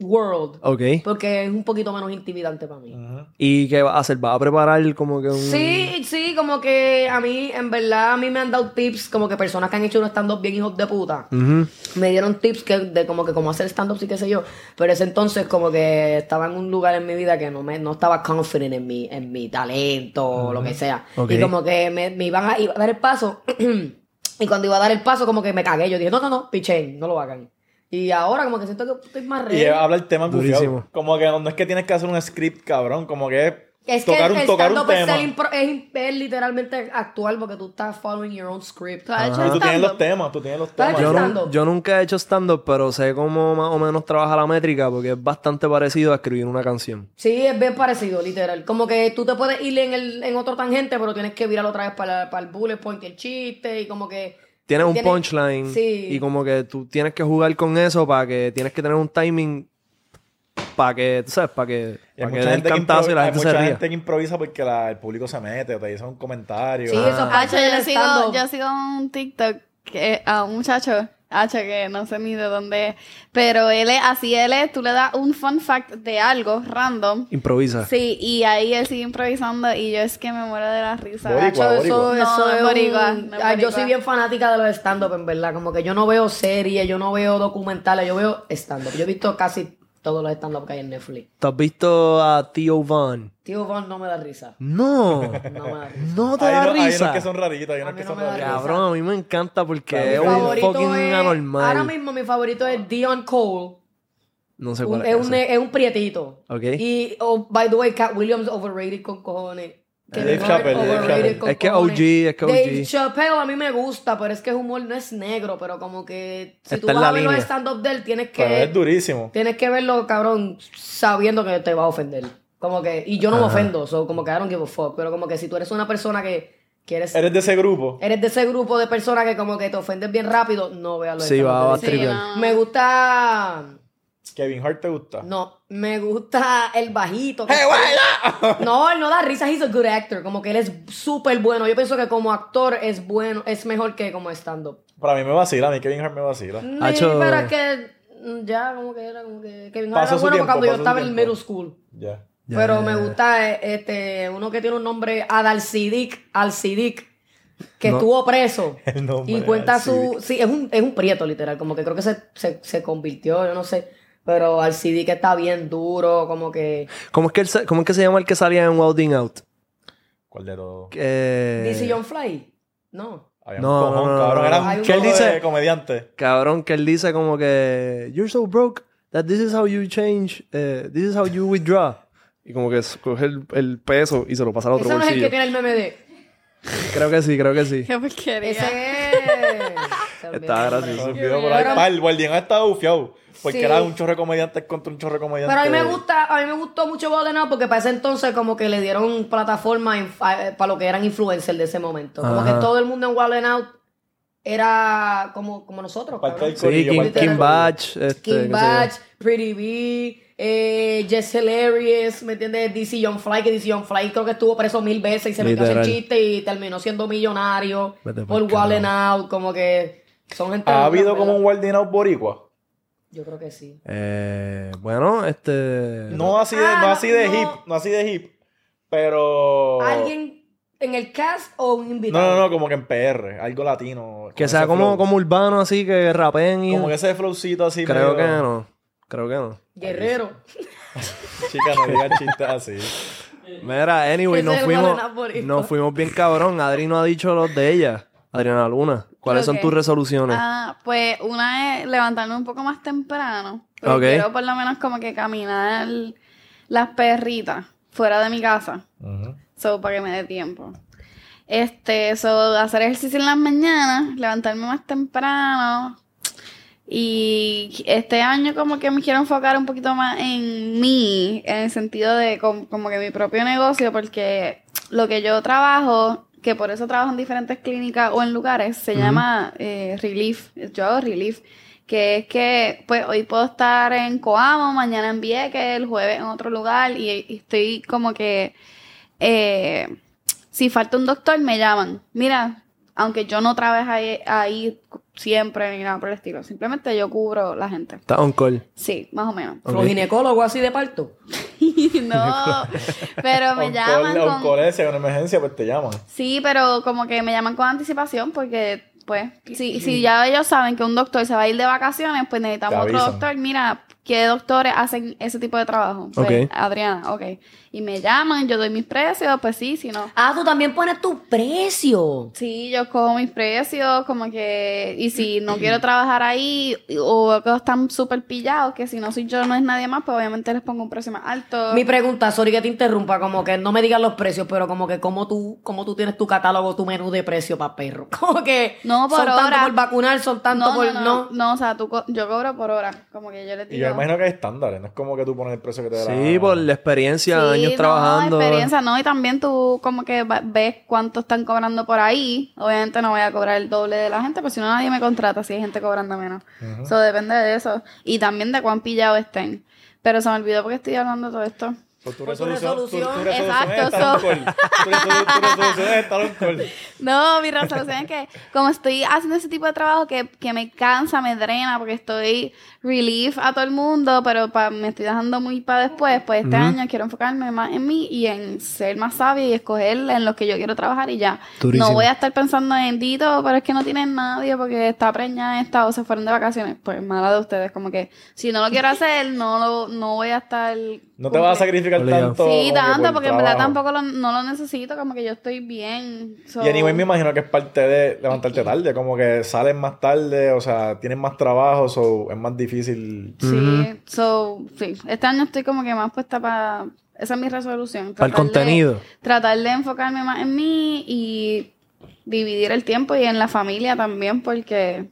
D: world.
A: Ok.
D: Porque es un poquito menos intimidante para mí.
B: Ujú.
A: ¿Y qué va a hacer? ¿Va a preparar como que un...?
D: Sí, sí, como que a mí, en verdad, a mí me han dado tips, como que personas que han hecho unos stand-up bien hijos de puta.
A: Ujú.
D: me dieron tips que, de como que cómo hacer stand-up y qué sé yo. Pero ese entonces como que estaba en un lugar en mi vida que no me no estaba confident en mi, en mi talento o lo que sea.
A: Ok.
D: Y como que me, me iban a, iba a dar el paso. y cuando iba a dar el paso como que me cagué. Yo dije, no, no, no, pichén, no lo hagan. Y ahora como que siento que estoy más
B: Y
D: real.
B: habla el tema
A: Durísimo.
B: bufiado. Como que no es que tienes que hacer un script, cabrón. Como que es,
D: Es
B: tocar
D: que
B: un,
D: el
B: tocar un
D: stand-up es,
B: tema.
D: el impro- es im- es literalmente actual porque tú estás following your own script.
C: ¿Tú has hecho
B: Y tú tienes los
C: stand-up?
B: temas, tú tienes los
D: Pero
B: temas.
D: yo
A: Yo,
D: no-
A: nun-
D: Stand-up.
A: yo nunca he hecho stand-up, pero sé cómo más o menos trabaja la métrica porque es bastante parecido a escribir una canción.
D: Sí, es bien parecido, literal. Como que tú te puedes ir en, el, en otro tangente, pero tienes que virar otra vez para, para el bullet point, el chiste, y como que...
A: Tienes un
D: Tiene-
A: punchline
D: Sí.
A: y como que tú tienes que jugar con eso para que tienes que tener un timing para que, tú sabes, para que,
B: Y hay
A: para que
B: mucha,
A: den
B: gente que,
A: cantazo y
B: impro-
A: la
B: hay
A: gente se
B: mucha
A: ría.
B: gente que improvisa porque la- el público se mete o te dice un comentario.
D: Sí, eso
C: Hacho,
D: pasa en
C: yo
D: el
C: sigo,
D: stand-up.
C: yo sigo un TikTok que, a un muchacho Hacho, que no sé ni de dónde es. Pero él es, así él es, tú le das un fun fact de algo random.
A: Improvisa.
C: Sí, y ahí él sigue improvisando y yo es que me muero de la risa.
B: Boricua,
C: Hacho, boricua.
D: Eso, eso,
C: No,
D: eso
C: no es
D: es
C: boricua,
D: un-
C: no es
D: Ay, Yo
C: boricua.
D: soy bien fanática de los stand-up, en verdad. Como que yo no veo series, yo no veo documentales, yo veo stand-up. Yo he visto casi todos los stand-up que hay en Netflix.
A: ¿Tú has visto a Theo Van?
D: Tío Von no me da risa.
A: No.
D: No me da risa.
A: No te
B: Hay
A: da
B: unos- hay
A: risa.
B: unos que son raritas, hay unos
D: mí
B: que
D: no
B: son
D: me da
B: raritas.
D: risa.
A: Cabrón, a mí me encanta porque es
D: Mi
A: un
D: favorito
A: fucking
D: es-
A: anormal.
D: Ahora mismo mi favorito es Dion Cole.
A: no sé
D: Un-
A: cuál
D: es,
A: es.
D: un,
A: ese.
D: es un prietito.
A: Ok.
D: Y, oh, by the way, Cat Williams overrated con
A: Eh,
D: cojones. Que
B: Dave
D: no es
B: Chappelle, Dave
D: overrated
B: Chappelle.
D: con
A: Es que
D: cojones.
A: OG, es que
D: Dave
A: OG.
D: Chappelle a mí me gusta, pero es que su humor no es negro, pero como que si
A: Está
D: tú
A: en
D: vas
A: la
D: a ver los
A: línea.
D: stand-up de él, tienes que,
B: Pero es durísimo.
D: tienes que verlo, cabrón, sabiendo que te va a ofender. Como que, y yo no me ofendo, so, como que I don't give a fuck, pero como que si tú eres una persona que quieres
B: Eres de ese grupo.
D: eres de ese grupo de personas que como que te ofendes bien rápido, no veas los
A: Sí, va, va a
D: stand-up de Dave
A: tripear.
C: no.
D: Chappelle. Me gusta...
B: Kevin Hart te gusta.
D: No, me gusta el bajito. que- No, él no da risa, he's a good actor. Como que él es súper bueno. Yo pienso que como actor es bueno, es mejor que como stand-up.
B: Para mí me vacila, a mí Kevin Hart me vacila.
D: Ni-
A: Hacho-
D: Pero es que mm, ya como que era como que Kevin Hart
B: Pasó
D: era
B: su
D: bueno
B: tiempo,
D: cuando yo
B: pasó su
D: estaba en
B: tiempo.
D: middle school.
B: Ya.
A: Ya,
D: pero
A: ya,
D: me
A: ya.
D: gusta eh, este uno que tiene un nombre Adalcidic, Alcidic, que
A: No.
D: estuvo preso.
B: El nombre
D: Y cuenta
B: Alcidic.
D: su. Sí, es un, es un prieto, literal. Como que creo que se, se, se convirtió, yo no sé. Pero Alcidic está bien duro, como que.
A: ¿Cómo es, que él se- ¿Cómo es que se llama el que salía en Wilding Out?
B: ¿Cuál de todos?
A: Eh,
D: ¿Dice John Fly? No.
B: Había un
A: No,
B: cojón,
A: no, no,
B: cabrón.
A: no.
B: Era un
D: Hay un-
B: chorro
A: ¿Qué él dice?
B: de comediante.
A: Cabrón, que él dice como que You're so broke that this is how you change, eh, this is how you withdraw. Y como que es- coge el, el peso y se lo pasa al otro
D: Ese no es el
A: bolsillo.
D: que tiene el meme de.
A: Creo que sí, creo que sí.
C: Qué porquería.
D: Ese es.
A: Está gracioso.
B: Se olvidó, pero ahí-
D: Pero-
B: pa, el guardián estaba bufiado. Porque
D: Sí.
B: era un chorro de comediantes contra un chorro de comediantes.
D: Pero a mí me gusta, a mí me gustó mucho Golden Hour porque para ese entonces como que le dieron plataforma en- a- eh, para lo que eran influencers de ese momento. Como
A: Ajá.
D: que todo el mundo en Golden Out era como, como nosotros.
B: Parte
D: cabrón.
B: del
A: Sí,
B: Corillo,
A: Kim,
B: parte
A: Kim
B: del
A: Batch. Este, qué sé
D: Kim
A: yo.
D: Batch, Pretty B, eh, Jess Hilarious, ¿me entiendes? DC John Fly, que DC John Fly creo que estuvo preso mil veces y se metió a hacer
A: Literal.
D: chiste y terminó siendo millonario
A: Vete
D: por
A: pa'l carajo.
D: Wallen Out, como que son gente...
B: ¿Ha
D: dura,
B: habido
D: pero-
B: como un guardián out boricua?
D: Yo creo que sí.
A: Eh, bueno, este...
B: No así de,
D: Ah,
B: no así de
D: no.
B: hip, no así de hip. Pero.
D: ¿Alguien en el cast o un
B: No,
D: invitado?
B: Oh. no, no, como que en PR, algo latino.
A: Que
B: con
A: sea
B: ese
A: como,
B: flow.
A: como urbano así, que rapeen y...
B: Como que ese flowcito así.
A: Creo
B: medio-
A: que no. Creo que no.
D: Guerrero.
B: Chica, no digas chistes así.
A: Mira, anyway,
D: Ese
A: nos
D: es el
A: fuimos,
D: Guaraná boricua.
A: nos fuimos bien cabrón. Adri no ha dicho los de ella. Adriana Luna, ¿cuáles son
C: Ok.
A: tus resoluciones?
C: Ah, pues una es levantarme un poco más temprano. Porque
A: Ok.
C: Quiero por lo menos como que caminar las perritas fuera de mi casa. So, para que me dé tiempo. Este, so, hacer ejercicio en las mañanas, levantarme más temprano. Y este año como que me quiero enfocar un poquito más en mí, en el sentido de com- como que mi propio negocio, porque lo que yo trabajo, que por eso trabajo en diferentes clínicas o en lugares, se
A: Ujú.
C: llama eh, relief. Yo hago relief, que es que pues hoy puedo estar en Coamo, mañana en Vieques, el jueves en otro lugar y, y estoy como que eh, si falta un doctor me llaman. Mira, aunque yo no trabaje ahí, ahí siempre ni nada por el estilo, simplemente yo cubro la gente.
A: Está on call.
C: Sí, más o menos.
A: Ok.
D: ¿Los ginecólogos así de parto?
C: no, pero me llaman
B: Un
C: con...
B: colegio, una emergencia, pues te llaman.
C: Sí, pero como que me llaman con anticipación porque, pues, si, si ya ellos saben que un doctor se va a ir de vacaciones, pues necesitamos
B: Te
C: otro
B: avisan.
C: doctor. Mira, ¿qué doctores hacen ese tipo de trabajo? Pues,
A: Ok.
C: Adriana, ok. Y me llaman, yo doy mis precios, pues sí, si no.
F: Ah, tú también pones tu precio.
C: Sí, yo cojo mis precios, como que, y si no quiero trabajar ahí, o veo que están súper pillados, que si no soy yo, no es nadie más, pues obviamente les pongo un precio más alto.
D: Mi pregunta, sorry que te interrumpa, como que no me digas los precios, pero como que cómo tú, cómo tú tienes tu catálogo, tu menú de precio para perro. Como que
C: No, por
D: son
C: hora.
D: tanto por vacunar, son tanto
C: no,
D: por
C: no,
D: no.
C: no, no, o sea, tú co- yo cobro por hora, como que yo les
B: Y
C: digo.
B: yo imagino que hay estándares, no es como que tú pones el precio que te da. la-
A: Sí, por la experiencia, años
C: Sí, no,
A: trabajando.
C: experiencia, no, y también tú como que va- ves cuánto están cobrando por ahí. Obviamente no voy a cobrar el doble de la gente, pero si no nadie me contrata si hay gente cobrando menos. Eso depende de eso. Y también de cuán pillado estén. Pero se me olvidó porque estoy hablando de todo esto.
B: Por tu
D: Por tu
B: resolución. tu- tu
D: resolución,
B: resolución es
C: exacto,
B: estar
C: so-
B: alcohol. Tu resolu- tu resolución es estar alcohol.
C: No, mi resolución es que como estoy haciendo ese tipo de trabajo que, que me cansa, me drena, porque estoy relief a todo el mundo, pero pa- me estoy dejando muy para después, pues este año quiero enfocarme más en mí y en ser más sabia y escoger en lo que yo quiero trabajar y ya.
A: Durísimo.
C: No voy a estar pensando en Dito, pero es que no tienen nadie porque está preñada esta o se fueron de vacaciones. Pues mala de ustedes, como que si no lo quiero hacer, no lo no voy a estar...
B: No te vas a
C: cumpliendo.
B: sacrificar
A: Obligado.
B: tanto. como
C: Sí,
B: que
C: tanto,
B: por
C: porque en verdad
B: trabajo.
C: tampoco lo- no lo necesito, como que yo estoy bien. so-
B: Y anyway, me imagino que es parte de levantarte tarde, como que sales más tarde, o sea, tienes más trabajo, so es más difícil.
C: Sí, so, sí. Este año estoy como que más puesta para. Esa es mi resolución.
A: Para el
C: tratar de-
A: contenido.
C: Tratar de enfocarme más en mí y dividir el tiempo y en la familia también, porque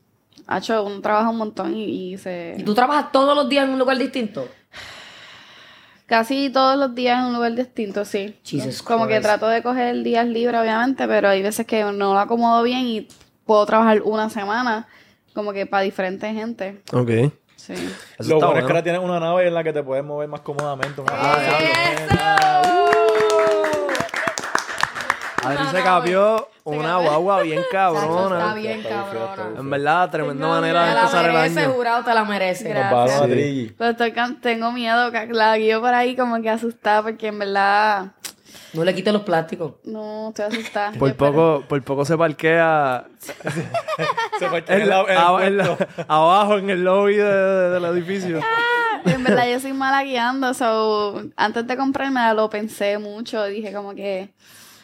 C: ha hecho un trabajo un montón y, y se.
D: ¿Y tú trabajas todos los días en un lugar distinto?
C: Casi todos los días en un lugar distinto, sí.
D: Jesus
C: como que
D: Christ.
C: trato de coger días libres, obviamente, pero hay veces que no lo acomodo bien y puedo trabajar una semana, como que para diferente gente.
A: Ok. Eso
C: Sí.
A: está
B: Lo bueno es que
A: bueno.
B: ahora tienes una nave en la que te puedes mover más cómodamente. una nave.
A: Adri se capió una guagua bien
D: Chacho, está
A: cabrona.
D: bien, cabrona.
A: En verdad, tremenda manera de
D: Te
A: empezar
D: la
A: el
D: merece,
A: año.
D: jurado, te la merece.
B: Nos va a dar una
A: Sí.
B: trilla.
C: Pero estoy can- tengo miedo, ca- la guío por ahí como que asustada porque en verdad
D: No le quites los plásticos.
C: no estoy asustada.
A: Por
C: Yo espero-
A: poco, por poco se parquea
B: Se parquea
A: en
B: en
A: la-
B: la- en el
A: a- en la-
B: puesto.
A: abajo en el lobby de- de- del edificio.
C: En verdad yo soy mala guiando, so antes de comprarme lo pensé mucho, dije como que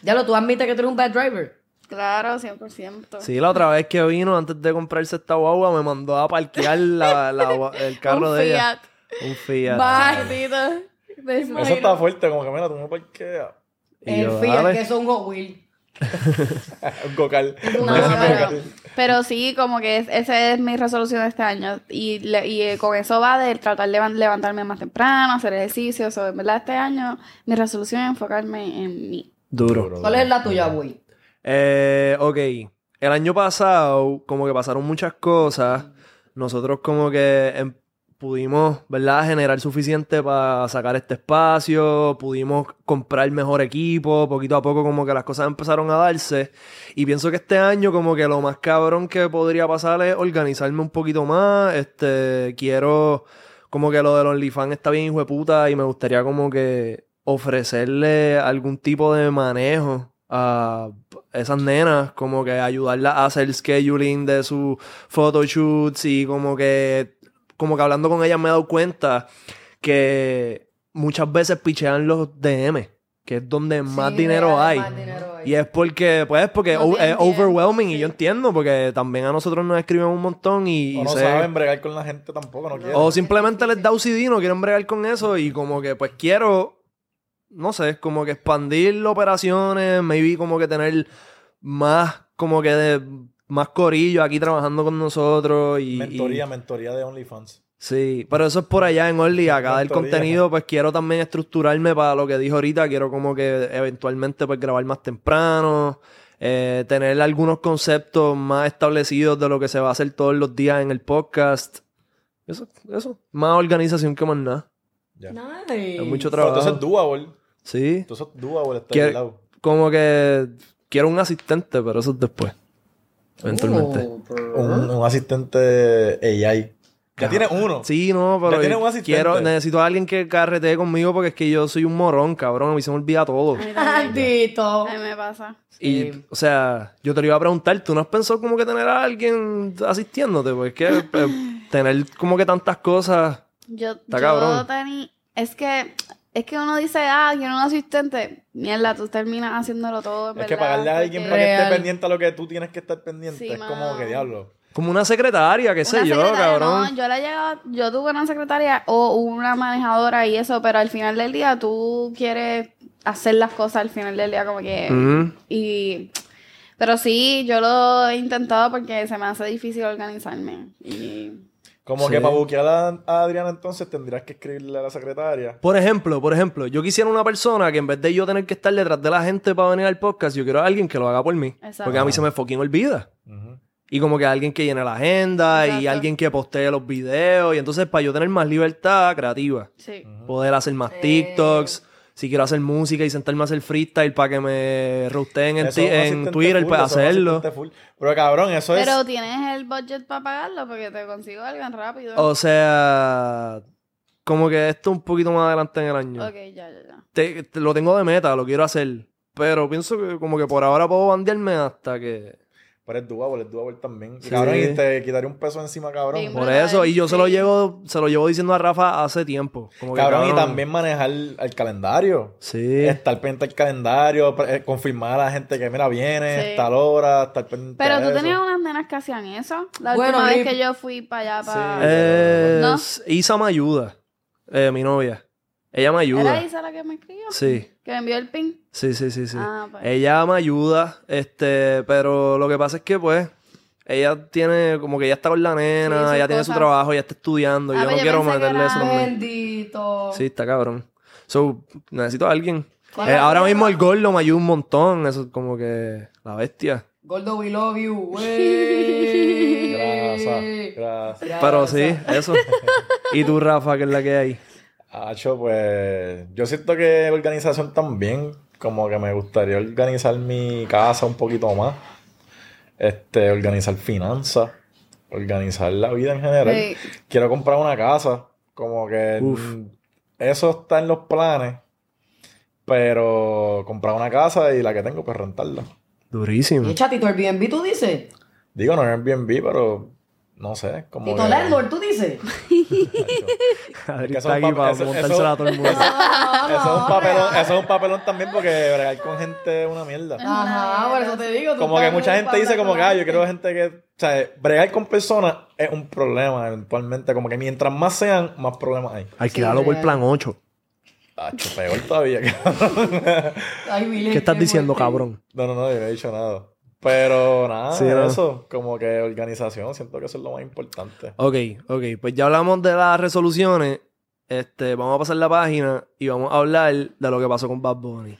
D: Ya lo, tú admites que tú eres un bad driver.
C: claro, 100%.
A: Sí, la otra vez que vino, antes de comprarse esta guagua, me mandó a parquear la- la gua- el carro
C: Un
A: de ella.
C: Fiat.
A: Un Fiat.
C: Maldito. Me
B: Eso
C: imagino.
B: está fuerte, como que mira, tú me parqueas.
A: Y yo,
D: el Fiat,
A: dale.
D: que eso es un Hot Wheel.
B: Un gocal.
C: No, pero, pero sí, como que es- esa es mi resolución de este año. Y, le- y eh, con eso va de tratar de levan- levantarme más temprano, hacer ejercicio. So, en verdad, este año mi resolución es enfocarme en mí.
A: Duro.
D: ¿Cuál es la tuya, güey?
A: Eh, ok. El año pasado, como que pasaron muchas cosas. Nosotros como que em- pudimos, ¿verdad? Generar suficiente para sacar este espacio. Pudimos comprar mejor equipo. Poquito a poco como que las cosas empezaron a darse. Y pienso que este año como que lo más cabrón que podría pasar es organizarme un poquito más. Este, quiero como que lo del OnlyFans está bien hijo de puta y me gustaría como que ofrecerle algún tipo de manejo a esas nenas, como que ayudarlas a hacer scheduling de sus photoshoots y como que como que hablando con ellas me he dado cuenta que muchas veces pichean los DM, que es donde más dinero hay.
D: Más dinero hay.
A: Y es porque, pues, porque
D: No
A: o-
D: tienen
A: es
D: tiempo,
A: overwhelming y
D: sí.
A: yo entiendo, porque también a nosotros nos escriben un montón y,
B: O
A: y
B: no
A: se-
B: saben bregar con la gente tampoco, no quieren.
A: o simplemente les da UCD, no quieren bregar con eso y como que, pues, quiero, no sé, como que expandir operaciones, maybe como que tener más, como que de- más corillo aquí trabajando con nosotros y... y-
B: Mentoría, mentoría de OnlyFans.
A: Sí, pero eso es por allá en Orly. Acá del
B: Factoría.
A: contenido, pues quiero también estructurarme para lo que dijo ahorita. Quiero como que eventualmente pues grabar más temprano, eh, tener algunos conceptos más establecidos de lo que se va a hacer todos los días en el podcast. Eso, eso. Más organización que más nada.
B: Ya.
D: Nice.
A: Es mucho
B: Pero entonces es
A: trabajo.
B: doable.
A: Sí,
B: Entonces es doable estar
A: Quiere-
B: al lado.
A: como que quiero un asistente, pero eso es después. Eventualmente. Oh.
D: Uh, bro.
B: Un, un asistente AI. Ya tienes uno.
A: Sí, no,
B: Ya
A: pero
B: tienes un asistente.
A: quiero, necesito a alguien que carretee conmigo porque es que yo soy un morón, cabrón. A mí se me olvida todo.
C: A mí también.
D: Maldito.
A: Oh.
C: A mí me pasa.
A: Y,
C: Eh,
D: Sí.
A: o sea, yo te lo iba a preguntar, ¿tú no has pensado como que tener a alguien asistiéndote? Porque es que eh, tener como que tantas cosas.
C: Yo,
A: Está
C: yo
A: cabrón.
C: teni- es que es que uno dice, ah, quiero un asistente. Mierda, tú terminas haciéndolo todo. en
B: Es que
C: verdad,
B: pagarle a alguien
C: porque-
B: para que esté
D: Real.
B: pendiente a lo que tú tienes que estar pendiente
C: Sí,
B: es como
C: mano.
B: que diablo.
A: Como una secretaria, qué sé
C: Una
A: yo,
C: secretaria,
A: cabrón.
C: no, yo la llegaba, yo tuve una secretaria o una manejadora y eso, pero al final del día tú quieres hacer las cosas al final del día como que
A: Ujú.
C: y pero sí, yo lo he intentado porque se me hace difícil organizarme. Y
B: Como
A: Sí.
B: que para buquear a, a Adriana entonces tendrías que escribirle a la secretaria.
A: Por ejemplo, por ejemplo, yo quisiera una persona que en vez de yo tener que estar detrás de la gente para venir al podcast, yo quiero a alguien que lo haga por mí.
C: Exacto.
A: Porque a mí se me fucking olvida.
B: Ujú.
A: Y como que alguien que llene la agenda y
C: Exacto.
A: alguien que postee los videos. Y entonces para yo tener más libertad creativa.
C: sí.
A: Poder hacer más TikToks, si quiero hacer música y sentarme a hacer freestyle para que me roasteen en,
B: Eso
A: ti-
B: es un
A: en
B: asistente
A: Twitter,
B: full,
A: pues
B: eso es un
A: hacerlo.
B: asistente full. Pero cabrón, eso es.
C: Pero tienes el budget para pagarlo porque te consigo algo rápido.
A: O sea, como que esto un poquito más adelante en el año.
C: Ok, ya, ya, ya.
A: Te- te- lo tengo de meta, lo quiero hacer. Pero pienso que como que por ahora puedo bandearme hasta que...
B: Pero es doable, es doable también. Y
A: Sí.
B: Cabrón, y te quitaré un peso encima, cabrón.
C: Bien,
A: Por
C: Brutal,
A: eso, y yo se lo
C: sí.
A: llevo, se lo llevo diciendo a Rafa hace tiempo. Como que,
B: Cabrón, y también manejar el calendario.
A: Sí.
B: Estar pendiente del calendario, pre- eh, confirmar a la gente que, mira, viene,
C: Sí.
B: tal hora, estar pendiente
C: Pero
B: a
C: tú
B: eso.
C: tenías unas nenas que hacían eso. La
D: Bueno,
C: última
D: Rip.
C: vez que yo fui para allá, para.
A: Eh,
C: ¿No?
A: s- Isa me ayuda, eh, mi novia. Ella me
C: ¿Era
A: ayuda.
C: Isa la que me escribió?
A: Sí,
C: Que me envió el pin.
A: sí, sí, sí, sí.
C: Ah, pues.
A: Ella me ayuda, este, pero lo que pasa es que pues ella tiene, como que ella está con la
C: Sí,
A: nena,
C: sus
A: ella tiene su
C: cosas.
A: trabajo, ella está estudiando, y
C: Ah,
A: yo no
C: pues yo
A: quiero
C: pensé que
A: meterle
C: era
A: eso también.
D: Bendito.
A: Sí, está cabrón. So, necesito a alguien.
D: ¿Cuál
A: Eh,
D: es la
A: ahora
D: otra?
A: mismo el gordo me ayuda un montón, eso es como que la bestia.
D: Gordo, we love you. wey.
B: Grasa, grasa.
A: Pero sí, eso. ¿Y tú, Rafa, que es la que hay?
B: Hacho, pues. Yo siento que organización también. Como que me gustaría organizar mi casa un poquito más. Este, organizar finanzas. Organizar la vida en general.
C: Sí.
B: Quiero comprar una casa. Como que.
A: Uf.
B: mm, Eso está en los planes. Pero comprar una casa y la que tengo, pues rentarla.
A: Durísimo.
D: ¿Y chatito Airbnb tú dices?
B: Digo, no en Airbnb, pero. No sé. Como
D: ¿Tito
B: que-
D: Landlord tú dices?
B: Hacho.
A: Adri
B: que
A: está
B: son
A: aquí
B: pap-
A: para
B: eso-
A: montársela
B: eso-
A: a todo el mundo.
B: Eso es un papelón, eso es un papelón también porque bregar con gente es una mierda.
D: Ajá, por eso te digo. tú
B: Como que
D: estás
B: mucha
D: muy
B: gente dice
D: para
B: como que,
D: hablar
B: ah,
D: con
B: yo
D: la
B: quiero
D: gente.
B: gente que... O sea, bregar con personas es un problema eventualmente. Como que mientras más sean, más problemas hay.
A: Alquilarlo por
D: real.
A: plan 8.
B: Tacho, peor todavía. cabrón.
D: Ay, Vilén,
A: ¿Qué estás diciendo,
D: fuerte.
A: cabrón?
B: no, no, no, yo no he dicho nada. Pero nada,
A: Sí, no.
B: eso. Como que organización, siento que eso es lo más importante.
A: Ok, ok. Pues ya hablamos de las resoluciones. Este, vamos a pasar la página y vamos a hablar de lo que pasó con Bad Bunny.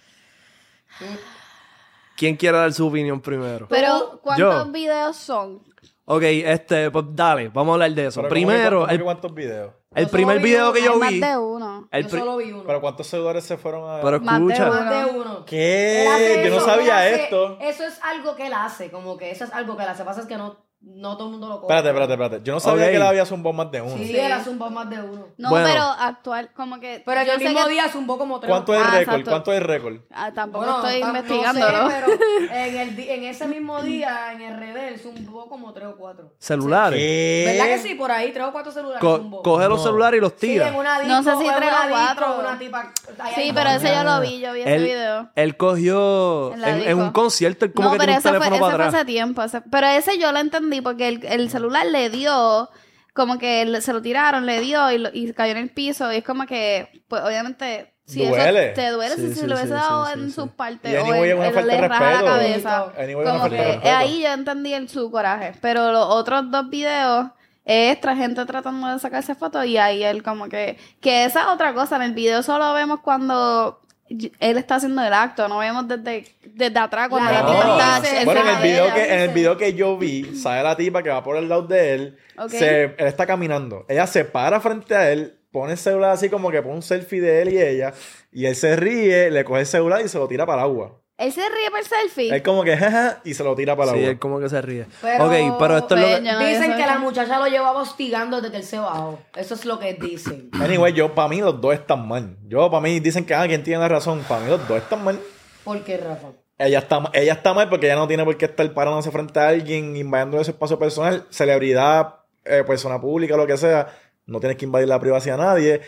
A: ¿Quién quiere dar su opinión primero?
C: Pero, ¿cuántos
A: Yo.
C: videos son?
A: Ok, este, pues dale, vamos a hablar de eso.
B: Pero como que
A: primero,
B: cuántos-
A: el,
B: ¿Cuántos videos?
A: el
D: Yo
A: primer
D: solo vi
A: video
D: uno,
A: que yo
C: Hay
A: vi.
C: más de uno.
A: el
D: yo
A: pri-
D: solo vi uno.
B: ¿Pero cuántos seguidores se fueron a...?
A: pero
C: Más de
A: escucha,
C: uno.
D: Más de uno.
B: ¿Qué?
D: Él hace
B: Yo no
D: eso,
B: sabía
D: él hace-
B: esto.
D: Eso es algo que él hace, como que eso es algo que él hace. Pasa es que no, no todo el mundo lo conoce.
B: Espérate, espérate, espérate. Yo no sabía
A: Ok.
B: que le había zumbado más de uno.
D: Sí,
C: Sí.
D: él hace un más de uno.
C: No,
A: Bueno.
C: pero actual, como que.
D: Pero
C: yo
D: el
C: sé
D: mismo
C: que-
D: día zumbó como tres.
B: ¿Cuánto es el
C: Ah,
B: récord?
C: exacto.
B: ¿Cuánto es el récord?
C: Ah, tampoco
D: Bueno,
C: estoy
D: tam- no
C: investigando,
D: sé,
C: ¿no?
D: pero en, el di- en ese mismo día, en el RD, él zumbó como tres o cuatro.
A: celulares.
B: ¿Qué?
D: ¿Verdad que sí? Por ahí, tres o cuatro celulares
A: Co-
D: zumbó.
A: coge los
B: No.
A: celulares y los
D: Sí,
A: tira.
D: en una disco,
C: No sé si
D: en
C: tres o
D: una disco,
C: cuatro.
D: una tipa- Ay,
C: Sí,
D: ay,
C: pero
D: no,
C: ese yo lo vi, yo vi ese
A: Él-
C: video.
A: Él cogió en,
C: En la
A: en
C: disco.
A: un concierto, él como
C: no,
A: que tiene
C: pero
A: un
C: ese fue,
A: teléfono
C: ese
A: para
C: fue
A: atrás.
C: hace tiempo. ese- pero ese yo lo entendí porque el, el celular le dio, como que le- se lo tiraron, le dio y, lo- y cayó en el piso. Y es como que, pues obviamente, si eso
B: Duele.
C: te duele
A: Sí,
C: si se
A: sí,
C: lo hubiese
A: sí,
C: dado
A: sí, sí,
C: en
A: sí.
C: sus partes
B: Y
C: o
B: anyway,
C: en-
B: una
C: en-
B: falta de
C: le raja la
B: respeto.
C: cabeza.
B: Anyway, una
C: Como
B: falta de
C: que
B: respeto.
C: ahí yo entendí el, su coraje. Pero los otros dos videos es tra- gente tratando de sacarse fotos y ahí él como que... Que esa es otra cosa. En el video solo vemos cuando y- él está haciendo el acto. No vemos desde, desde atrás cuando
D: La
C: la
B: No.
D: gente
C: tipa
D: dice,
C: está
B: Ah. Bueno, en
D: esa
B: el, video
D: ella,
B: que, en el
D: dice.
B: video que yo vi, sale la tipa que va por el lado de él.
C: Ok.
B: Se, él está caminando. Ella se para frente a él, pone el celular así como que pone un selfie de él y ella. Y él se ríe, le coge el celular y se lo tira para el agua.
C: Él se ríe por el
B: Él
C: selfie.
B: como que jaja y se lo tira para el
A: Sí,
B: agua.
A: él como que se ríe.
D: Pero-
A: ok, pero esto es lo que...
C: Pues, yo no había
D: Dicen que
C: sabido.
D: la muchacha lo llevaba hostigando desde el se bajó. Eso es lo que dicen.
B: Anyway, yo para mí los dos están mal. Yo para mí dicen que ah, quien tiene la razón. Para mí los dos están mal.
D: ¿Por qué, Rafa?
B: Ella está, ma- ella está mal porque ella no tiene por qué estar parándose frente a alguien, invadiendo ese espacio personal, celebridad, eh, persona pública, lo que sea. No tienes que invadir la privacidad de nadie.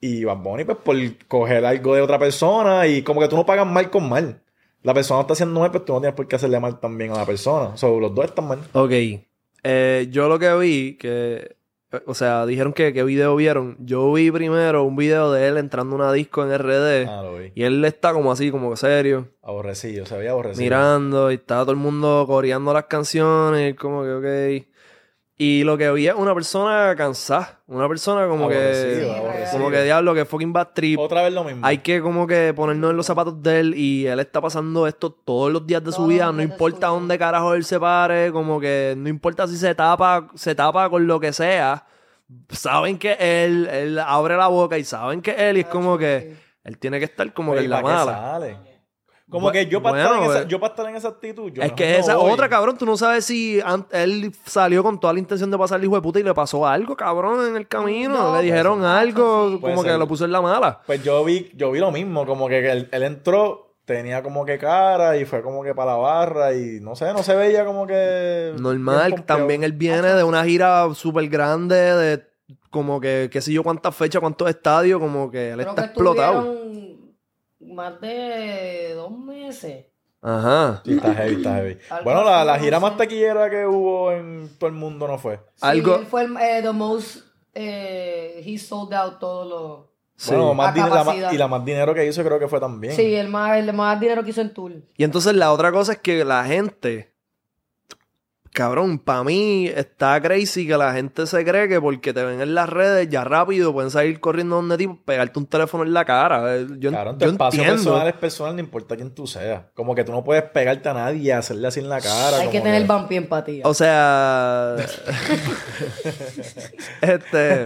B: Y Bad Bunny, pues, por coger algo de otra persona y como que tú no pagas mal con mal. La persona está haciendo mal, pues tú no tienes por qué hacerle mal también a la persona. O sea, los dos están mal.
A: Ok. Eh, yo lo que vi, que. eh, O sea, dijeron que qué video vieron. Yo vi primero un video de él entrando a una disco en RD.
B: Ah, lo vi.
A: Y él está como así, como serio,
B: Aborrecido, se veía aborrecido.
A: mirando. Y estaba todo el mundo coreando las canciones. Como que, ok. Y lo que vi es una persona cansada. Una persona como
B: Aborrecido,
A: que.
B: aborrecido.
A: Como que diablo, que fucking bad trip.
B: Otra vez lo mismo.
A: Hay que como que ponernos en los zapatos de él y él está pasando esto todos los días de su
D: Todos
A: vida,
D: los
A: no
D: días de
A: importa
D: su vida.
A: dónde carajo él se pare, como que no importa si se tapa, se tapa con lo que sea, saben que él, él abre la boca y saben que él y es como que, Él tiene que estar como que
B: Pero
A: en
B: Pues, ¿y
A: la
B: para qué
A: mala.
B: sale? Como
A: Bu-
B: que yo para,
A: bueno,
B: estar en
A: eh.
B: esa, yo para estar en esa actitud. Yo
A: Es
B: no-
A: que
B: no
A: esa
B: voy.
A: otra, cabrón. Tú no sabes si an- él salió con toda la intención de pasar el hijo de puta y le pasó algo, cabrón, en el camino.
D: No,
A: le
D: puede
A: dijeron
D: ser,
A: algo,
D: sí.
A: como
B: Puede
A: que
B: ser.
A: lo puso en la mala.
B: Pues yo vi, yo vi lo mismo, como que él, él entró, tenía como que cara y fue como que para la barra y no sé, no se veía como que... bien
A: Normal.
B: pompeado.
A: También él viene de una gira súper grande, de como que, qué sé yo, cuántas fechas, cuántos estadios, como que él
D: Creo
A: está
D: que
A: explotado.
D: estuvieron más de dos meses.
A: Ajá.
B: Sí, está heavy, está heavy.
D: Algo
B: Bueno, la,
D: así,
B: la
D: no
B: gira
D: sé.
B: más taquillera que hubo en todo el mundo no fue.
D: Sí,
A: Algo-
D: él fue el eh, the most eh, he sold out todos los
A: Sí.
B: Bueno, más
D: A
B: dinero- la más-
D: capacidad.
B: y la más dinero que hizo creo que fue también.
D: Sí, el más, el más dinero que hizo en tour.
A: Y entonces la otra cosa es que la gente, cabrón, para mí está crazy que la gente se cree que porque te ven en las redes ya rápido pueden salir corriendo donde ti, pegarte un teléfono en la cara. Eh, Yo,
B: Claro, tu
A: yo
B: espacio personal
A: entiendo.
B: es personal, no importa quién tú seas. Como que tú no puedes pegarte a nadie y hacerle así en la cara.
D: Hay
B: como
D: que tener vampi empatía.
A: O sea, este,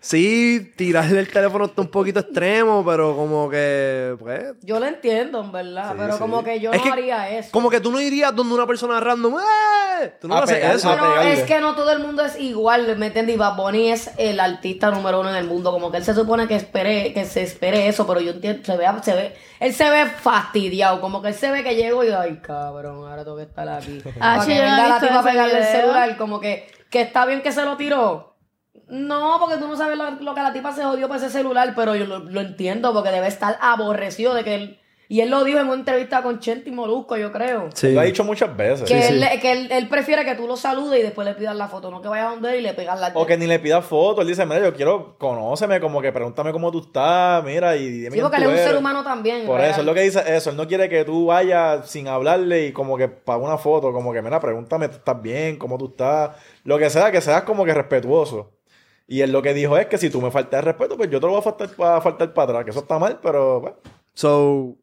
A: sí, tirarle el teléfono está un poquito extremo, pero como que, pues,
D: yo lo entiendo, en verdad,
B: Sí,
D: pero
B: sí.
D: como que yo
A: Es
D: no
A: que-
D: haría eso.
A: como que tú no irías donde una persona random, ¡eh! Tú no
B: A
A: haces
B: pegar-
A: eso.
B: a
D: Pero
B: pegarle.
D: es que no todo el mundo es igual, ¿me entiendes? Y Bad Bunny es el artista número uno en el mundo. Como que él se supone que espere, que se espere eso, pero yo entiendo, se ve, se ve, él se ve fastidiado, como que él se ve que llego y ay cabrón, ahora tengo que estar aquí.
C: Ah,
D: Para
C: sí,
D: que
C: yo no he
D: venga la
C: visto
D: tipa a
C: ese
D: pegarle el
C: video.
D: celular, como que, que está bien que se lo tiró. No, porque tú no sabes lo, lo que la tipa se jodió para ese celular, pero yo lo, lo entiendo, porque debe estar aborrecido de que él. Y él lo dijo en una entrevista con Chente y Molusco, yo creo.
A: Sí.
B: Lo ha dicho muchas veces.
D: Que, él, que él, él prefiere que tú lo saludes y después le pidas la foto, no que vayas a donde él y le pegas la
B: O que ni le pidas fotos. Él dice, mira, yo quiero, conóceme, como que pregúntame cómo tú estás, mira, y dime
D: Sí, porque
B: quién
D: él es
B: tú
D: un ser
B: eres.
D: humano también.
B: Por
D: real.
B: eso, es lo que dice eso. Él no quiere que tú vayas sin hablarle y como que para una foto, como que, mira, pregúntame, ¿tú estás bien? ¿Cómo tú estás? Lo que sea, que seas como que respetuoso. Y él lo que dijo es que si tú me faltas el respeto, pues yo te lo voy a faltar, a faltar para atrás, que eso está mal, pero... pues, bueno.
A: So,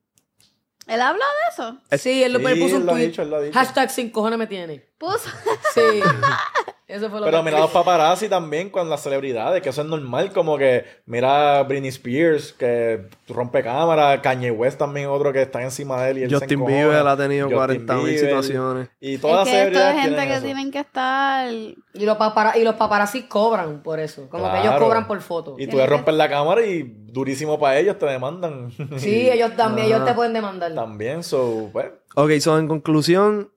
C: ¿Él habla de eso?
D: Sí, él, lo-
B: Sí,
D: él puso
B: él
D: un
B: lo ha
D: tweet.
B: dicho, él lo ha dicho.
D: Hashtag sin cojones me tiene.
C: Puso.
D: Sí. eso fue lo
B: Pero
D: que
B: mira los paparazzi también con las celebridades, que eso es normal, como que mira a Britney Spears, que rompe cámara, Kanye West también otro que está encima de él y él se
A: Justin
B: encojona,
A: Bieber ha tenido
B: Justin
A: 40.000
B: Bieber,
A: situaciones.
B: Y todas
C: Es que
B: las
C: esto es
B: celebridades
C: gente
B: tienen
C: que
B: eso.
C: tienen que estar.
D: Y los, papara- y los paparazzi cobran por eso. Como que ellos
B: Claro.
D: cobran por
B: Y
D: foto.
B: tú
C: Tienen
B: le
C: que-
B: rompes la cámara y durísimo para ellos te demandan.
D: Sí, ellos también, ellos
A: Ah.
D: te pueden demandar.
B: también, so, pues,
A: Ok, so en conclusión,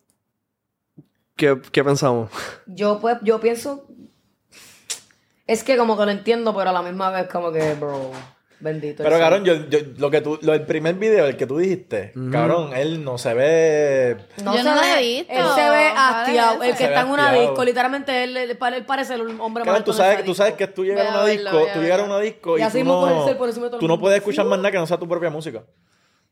A: ¿qué, qué pensamos?
D: Yo pues, yo pienso. Es que como que lo entiendo, pero a la misma vez como que, bro, bendito. el
B: Pero
D: Señor.
B: cabrón, yo, yo- lo que tú, lo, el primer video, el que tú dijiste, cabrón, él no se ve
C: Yo
D: se
C: no lo
D: ve-
C: he visto.
D: Él se ve hastiado.
C: Vale,
D: El que
B: Se ve
D: está en una
B: hastiado.
D: disco, literalmente, él, él pare- él parece el hombre más
B: Cabrón,
D: alto
B: tú
D: de
B: sabes,
D: esa
B: tú
D: disco.
B: sabes que tú llegas
C: Voy
B: a
C: a
B: una
C: verlo,
B: disco,
C: voy a
B: tú llegas a
C: verlo.
B: una disco
D: Y
B: y,
D: así
B: tú,
D: mismo
B: no,
D: puede ser, por eso me todo el
B: tú no
D: mundo- "Uh".
B: puedes escuchar más nada que no sea tu propia música.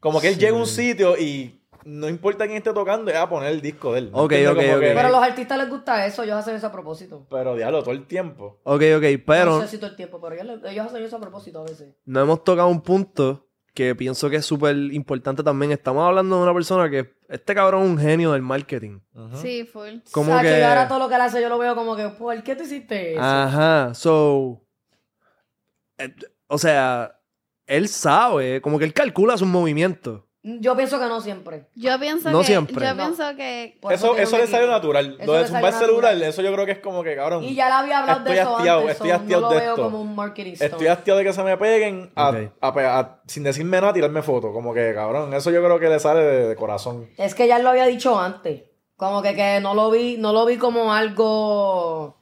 B: Como que él llega a un sitio y no importa quién esté tocando, es a poner el disco de él. ¿me
A: Ok,
B: entiendes?
A: ok,
B: Como que-
A: ok.
D: Pero a los artistas les gusta eso, ellos hacen eso a propósito.
B: Pero diablo, todo el tiempo.
A: Ok, ok, pero
D: No sé si todo el tiempo, pero ellos, le- ellos hacen eso a propósito a veces.
A: no hemos tocado un punto que pienso que es súper importante también. Estamos hablando de una persona que, este cabrón es un genio del marketing.
C: Sí, full.
A: Como
D: Sacho,
A: que...
D: y ahora todo lo que él hace yo lo veo como que, ¿por qué tú hiciste eso?
B: Ah.
A: Ajá, so... eh, o sea, él sabe, como que él calcula sus movimientos.
D: Yo pienso que no siempre.
C: Yo pienso
A: No
C: que.
A: siempre.
C: Yo
D: No.
C: pienso que.
D: Por
B: eso
D: tiene
B: eso
D: un
B: le salió
D: equipo.
B: natural.
D: Eso
B: Lo de
D: le salió
B: zumbar
D: natural.
B: celular, eso yo creo que es como que, cabrón,
D: Y ya le había hablado de
B: Estoy
D: eso
B: hastiado,
D: antes,
B: estoy
D: so
B: hastiado
D: no lo
B: de
D: veo
B: esto.
D: como un marketing stunt.
B: estoy hastiado de que se me peguen a-
A: Ok.
B: a pe- a- sin decirme nada, tirarme fotos. Como que, cabrón, eso yo creo que le sale de, de corazón.
D: Es que ya lo había dicho antes. Como que, que no lo vi, no lo vi como algo.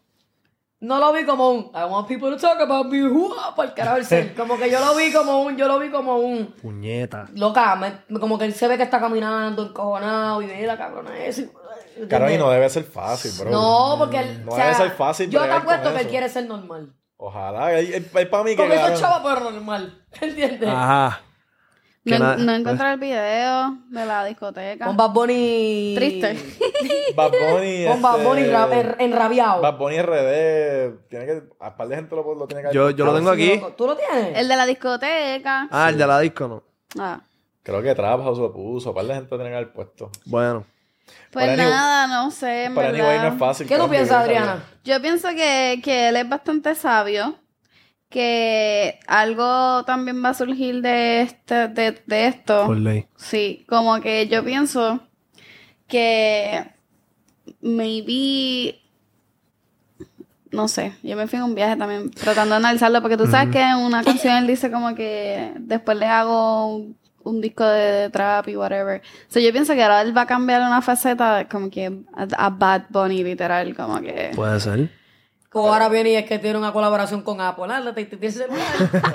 D: No lo vi como un I want people to talk about me. uah, Por carajo el ser. Como que yo lo vi como un, yo lo vi como un.
A: Puñeta.
D: Loca, me- como que él se ve que está caminando, encojonado, y ve la cabrona esa. y-
B: Cabrón, y no debe ser fácil, bro. Mm,
D: No, porque él.
B: No
D: o sea,
B: debe ser fácil
D: Yo te
B: bregar con
D: apuesto que él
B: eso.
D: quiere ser normal.
B: Ojalá. Él, él- él para mí que.
D: Porque eso
B: cabrón,
D: es chava, pero normal. ¿Entiendes?
A: Ajá. Que
C: No,
A: nada- pues.
C: no encontré el video de la discoteca.
D: Con Bad Bunny.
C: Triste.
B: Bad Bunny.
D: Con Bad
B: este,
D: Bunny ra- en- enrabiado.
B: Bad Bunny RD. Tiene que. A par de gente lo, lo tiene que
A: Yo, yo lo tengo
D: Sí,
A: aquí.
D: loco. ¿Tú lo tienes?
C: El de la discoteca.
A: Ah, el de la disco no.
C: Ah.
B: Creo que Trap House lo puso. A par de gente lo tiene que haber puesto.
A: Bueno.
C: Pues
B: Pero anyway-
C: nada, no sé, en
B: Para
C: verdad.
B: anyway no es fácil.
D: ¿Qué tú
B: cabrón, yo
D: piensas,
B: creo que-
D: Adriana?
C: Yo pienso que, que él es bastante sabio. que algo también va a surgir de, este, de, de esto.
A: Por ley.
C: Sí, como que yo pienso que maybe no sé, yo me fui en un viaje también tratando de analizarlo porque tú sabes que en una canción él dice como que después le hago un, un disco de trap y whatever. So yo pienso que ahora él va a cambiar una faceta de como que a, a Bad Bunny literal, como que
A: Puede ser.
D: Como ahora viene y es que tiene una colaboración con Apple. Ándate, te tienes celular.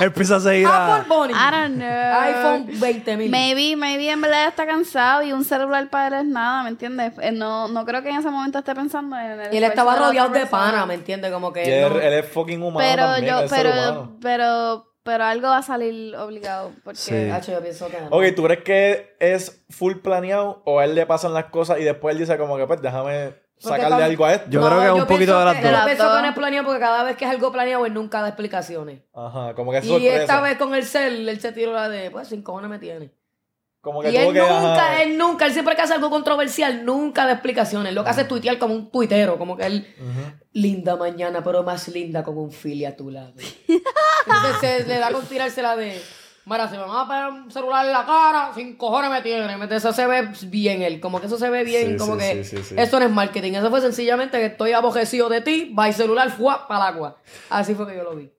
A: Empieza a seguir
D: Apple
A: a.
D: Bunny.
C: I don't know.
D: iPhone 20.000.
C: Maybe, maybe en verdad está cansado y un celular para él es nada, ¿me entiendes? Eh, No, no creo que en ese momento esté pensando en el
D: Y él estaba
C: esfuerzo de la
D: rodeado
C: otra
D: de pana,
C: persona.
D: ¿me entiendes? Como que.
B: Y él,
D: no-
B: él es fucking humano
C: Pero
B: también,
C: yo,
B: es ser
C: pero,
B: humano.
C: pero, pero algo va a salir obligado porque
A: Sí.
D: Hacho, yo pienso que no.
B: Ok, ¿tú crees que es full planeado o a él le pasan las cosas y después él dice como que pues déjame sacarle
D: tam-
B: algo a esto?
A: Yo creo que es un poquito
D: pienso
A: de las
D: que-
A: dos.
D: Yo pienso
C: Las
D: que no es
C: dos.
D: planeado porque cada vez que es algo planeado él nunca da explicaciones.
B: Ajá, como que es
D: Y
B: sorpresa.
D: esta vez con el cel, él se tiró la de, pues, sin cojones me tiene.
B: Como que
D: Y
B: tuvo
D: él
B: que,
D: nunca,
B: ajá.
D: él nunca, él siempre que hace algo controversial, nunca da explicaciones. Lo que hace es tuitear como un tuitero, como que él, linda mañana, pero más linda con un fili a tu lado. Entonces se- le da con tirársela de, mira, si me van a pegar un celular en la cara, sin cojones me tiene. ¿me entiendes? Eso se ve bien él, como que eso se ve bien,
B: Sí,
D: como
B: sí,
D: que
B: sí, sí, sí.
D: eso no es marketing. Eso fue sencillamente que estoy abojecido de ti, va el celular, fuá, para el agua. Así fue que yo lo vi.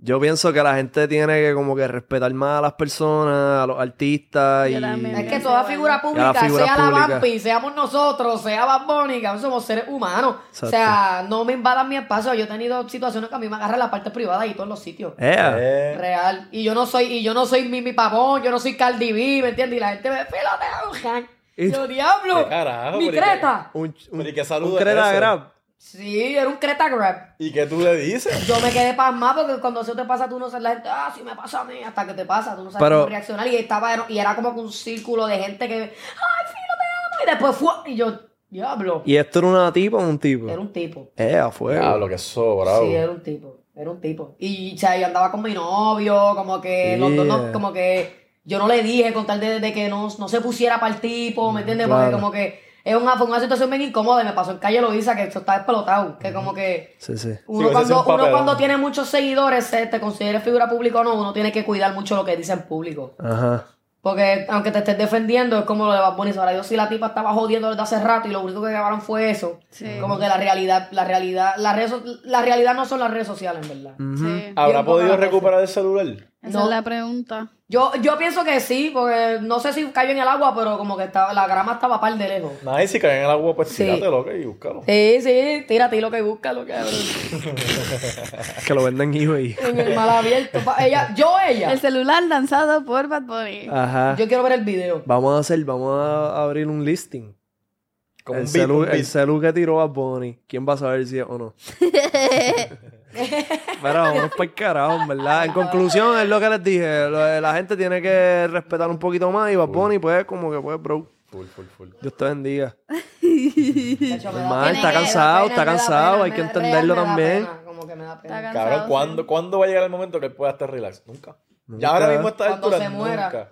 A: Yo pienso que la gente tiene que como que respetar más a las personas, a los artistas.
C: Yo
A: y...
C: también.
D: Es que
C: Sí,
D: toda
C: bueno.
D: figura pública,
A: Cada figura
D: sea la
A: pública.
D: Bambi, seamos nosotros, sea Bad Bunny, cabrón, somos seres humanos. O
A: Exacto.
D: sea, no me invadan mi espacio. Yo he tenido situaciones que a mí me agarran la parte privada y todos los sitios.
A: Eh,
B: Eh,
D: Real. Y yo no soy, y yo no soy Mimi Pavón, yo no soy Cardi B, ¿me entiendes? Y la gente me filotea,
A: Y-
D: Yo, diablo,
B: ¿Qué carajo,
D: mi
B: Borica?
D: creta.
A: Un, un,
B: Pero ¿y qué saludo
A: un
B: es
A: creta
B: ese?
A: grab.
D: Sí, era un creta grab.
B: ¿Y qué tú le dices?
D: Yo me quedé pasmado porque cuando eso te pasa, tú no sabes, la gente, ah, sí me pasa a mí, hasta que te pasa, tú no sabes
A: Pero-
D: cómo reaccionar. Y estaba, y era como que un círculo de gente que, ay, filo, te amo. Y después fue, y yo, diablo,
A: ¿Y esto era una tipa o un tipo?
D: era un tipo.
A: Eh, a fuego.
B: Diablo, que sobrado.
D: Sí, era un tipo, era un tipo. Y, o sea, yo andaba con mi novio, como que los dos, no-
A: Yeah.
D: como que yo no le dije con tal de, de que no, no se pusiera para el tipo,
B: Mm,
D: ¿me entiendes? Porque
A: claro.
D: como que es una, fue una situación bien incómoda y me pasó en calle Loiza que esto está explotado, que como que...
A: Sí, sí.
D: Uno,
B: Sí, ese es
D: cuando,
B: un papelón.
D: uno cuando tiene muchos seguidores, se te considere figura pública o no, uno tiene que cuidar mucho lo que dice en público.
A: Ajá.
D: Porque aunque te estés defendiendo, es como lo de Bad Bunny. Ahora yo sí la tipa estaba jodiendo desde hace rato y lo único que grabaron fue eso.
C: Sí.
D: Como que la realidad, la realidad, la, red so- la realidad no son las redes sociales, en
A: Mm.
D: verdad.
C: Sí.
B: ¿Habrá
D: Bien poca
B: podido
D: la
B: recuperar el celular?
C: Esa
D: No.
C: es la pregunta.
D: Yo, yo pienso que sí, porque no sé si cayó en el agua, pero como que estaba, la grama estaba par de lejos.
B: Nada, y si caen en el agua, pues
D: Sí.
B: tírate, loco, y búscalo.
D: Sí, sí, tírate lo que busca, lo que
A: Que lo venden en eBay.
D: En el mal abierto. pa- Ella, yo, ella.
C: El celular lanzado por Bad
B: Ah,
C: Bunny.
A: Ajá.
D: Yo quiero ver el video.
A: Vamos a hacer, vamos a abrir un listing.
B: Como
A: el,
B: un beat,
A: celu,
B: un beat.
A: el celu que tiró a Bonnie. ¿Quién va a saber si es o no? Pero vamos para el carajo, en ¿verdad? En conclusión, es lo que les dije. lo de la gente tiene que respetar un poquito más. Y Bad Bunny, pues, como que, pues, bro.
B: Full, full, full.
A: Dios te bendiga.
D: Chacho, me da
A: Normal,
D: pena,
A: está
D: me
A: cansado, está
D: da pena, me da
A: cansado,
D: pena,
A: hay
D: me
A: que
D: da-
A: entenderlo
D: real me da
A: también.
D: pena, Como que me da pena.
C: Está cansado.
B: Cabrón,
C: sí.
B: ¿cuándo, ¿cuándo va a llegar el momento que él pueda estar relax? Nunca.
A: Nunca.
B: Ya ahora mismo a esta
D: Cuando
B: altura,
D: se muera.
B: nunca.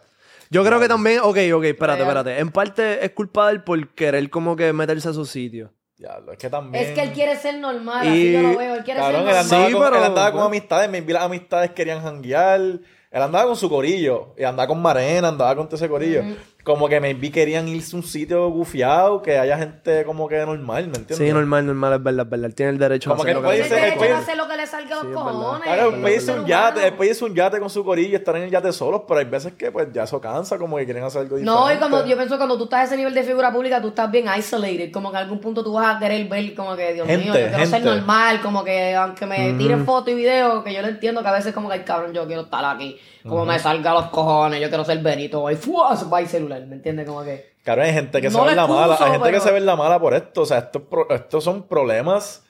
A: Yo creo que también, ok, ok, espérate,
D: Real.
A: espérate. En parte es culpa de él por querer como que meterse a su sitio.
B: Diablo, es que también...
D: Es que él quiere ser normal,
A: Y-
D: así yo lo veo. Él quiere
B: Cabrón,
D: ser
B: él
A: la-
D: normal.
B: andaba,
A: Sí,
B: con,
A: pero-
B: él andaba con amistades, me las amistades querían janguear. Él andaba con su corillo, y andaba con Marena, andaba con todo ese corillo. Como que maybe querían irse a un sitio gufiado, que haya gente como que normal, ¿me entiendes?
A: Sí, normal, normal, es verdad, es verdad. Él tiene el derecho a
B: Como
A: hacer
B: que
A: lo
B: no puede
A: que le-
D: Él
B: ser- él
D: tiene que
B: puede-
D: hacer lo que le salga a
A: Sí,
D: los
A: es verdad.
D: cojones.
B: Claro,
D: él
B: él puede
D: es
B: irse
D: ser
B: un yate,
D: humano.
B: él puede irse un yate con su corillo, estar en el yate solos, pero hay veces que pues ya eso cansa, como que quieren hacer algo diferente.
D: No, y como yo pienso que cuando tú estás a ese nivel de figura pública, tú estás bien isolated. Como que en algún punto tú vas a querer ver, como que, Dios
B: Gente,
D: mío, yo quiero ser
B: gente.
D: normal. Como que aunque me tiren fotos y videos, que yo lo entiendo que a veces, como que, ay, cabrón, yo quiero estar aquí. Como me salga a los cojones, yo quiero ser Benito. Y fuá, se va el celular, ¿me entiendes? Como que.
B: Claro, hay gente que
D: No
B: se ve
D: lo
B: en la mala, hay
D: excuso,
B: gente
D: pero-
B: que se ve en la mala por esto. O sea, estos, pro- estos son problemas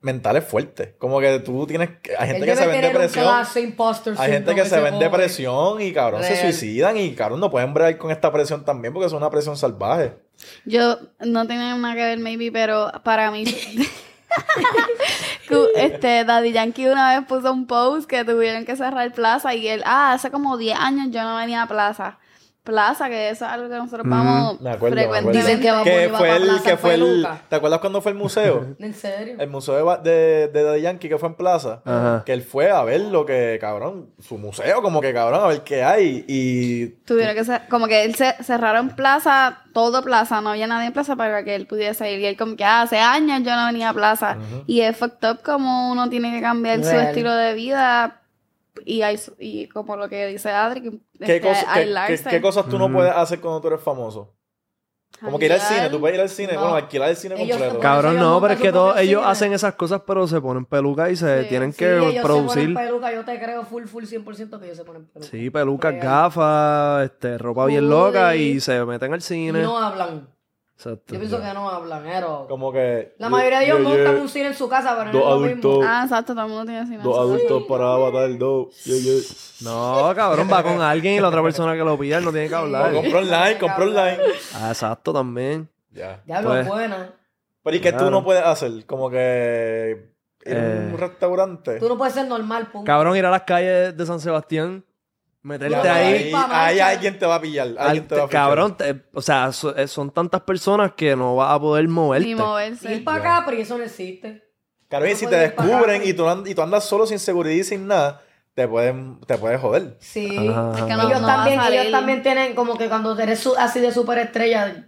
B: mentales fuertes. Como que tú tienes que- hay gente
D: él
B: que se
D: debe
B: ve en
D: tener un
B: depresión.
D: clase imposter
B: Hay gente
D: syndrome,
B: que se
D: ese
B: ve en
D: pobre.
B: depresión y cabrón se
D: Real.
B: suicidan y cabrón no pueden bregar con esta presión también porque es una presión salvaje.
C: Yo no tenía nada que ver, maybe, pero para mí. Cu- este Daddy Yankee una vez puso un post que tuvieron que cerrar plaza y él, ah, hace como 10 años yo no venía a plaza. plaza, que eso es algo que nosotros vamos
B: Me acuerdo, me acuerdo.
C: frecuentemente.
D: Dicen que vamos-
B: Que
D: iba
B: fue
D: pa'
B: el,
D: Plaza
B: que fue el,
D: Feluca.
B: ¿te acuerdas cuando fue el museo?
D: ¿En serio?
B: El museo de, Ba- de, de Daddy Yankee que fue en Plaza,
A: Ajá.
B: que él fue a ver lo que, cabrón, su museo, como que cabrón, a ver qué hay. Y
C: Tuvieron que cer- como que él se cerraron plaza, todo plaza, no había nadie en plaza para que él pudiese ir. Y él como que "Ah, hace años yo no venía a plaza. Y es fucked up como uno tiene que cambiar su
D: Real.
C: estilo de vida. Y, hay, su- y como lo que dice Adri, que
B: qué,
C: este,
B: cosa- qué- qué,
C: aislarse.
B: qué cosas tú no
A: Mm.
B: puedes hacer cuando tú eres famoso. Como que ir al cine, tú puedes ir al cine,
D: No.
B: bueno, alquilar el cine
D: Ellos
B: completo.
D: Por eso
A: Cabrón,
D: ellos
A: no,
D: montan
A: pero es
D: su
A: que
D: propio
A: todos ellos
D: cine.
A: hacen esas cosas, pero se ponen peluca y se
C: Sí,
A: tienen
D: Sí,
A: que
D: ellos se
A: producir.
D: ponen peluca, yo te creo full, full, 100% que ellos se ponen peluca.
A: Sí, pelucas,
D: Real.
A: gafas, este, ropa bien
D: Hoodie.
A: loca y se meten al
D: Y
A: cine.
D: no hablan.
A: Exacto.
D: Yo pienso que no hablan, pero...
B: Como que.
D: La mayoría de ellos
B: Yeah,
D: montan
B: yeah.
D: un cine en su casa, pero no
B: Dos
D: es lo mismo.
B: adultos.
C: Ah, exacto, todo el mundo tiene cine.
B: Dos adultos para matar dos. Yeah, yeah.
A: No, cabrón, va con alguien y la otra persona que lo pilla él no tiene que
B: O
A: hablar.
B: compro online, compro online.
A: Ah, exacto, también.
B: Ya.
D: Ya
A: Pues-
D: hablan buena.
B: Pero ¿y qué tú
A: Claro.
B: no puedes hacer? Como que. Ir a
A: Eh.
B: un restaurante.
D: Tú no puedes ser normal, punto.
A: Cabrón, ir a las calles de San Sebastián,
B: Ya,
A: meterte
D: Claro,
A: ahí.
B: ahí,
D: Pa' marcha.
B: ahí alguien te va a pillar. Alguien
A: al-
B: te va a fichar.
A: cabrón, te- o sea, so- eh, son tantas personas que no vas a poder moverte.
C: Ni
D: Ir
C: moverse.
D: para Capri, eso no existe.
B: Cabrón, y
D: No
B: si te
D: puedes ir pa'
B: descubren
D: acá.
B: y tú, and- y tú andas solo sin seguridad y sin nada, te pueden, te puedes joder.
D: Sí.
A: Ajá.
C: Es que no,
D: ellos,
C: no va a
D: también,
C: salir.
D: ellos también tienen como que cuando eres su- así de superestrella,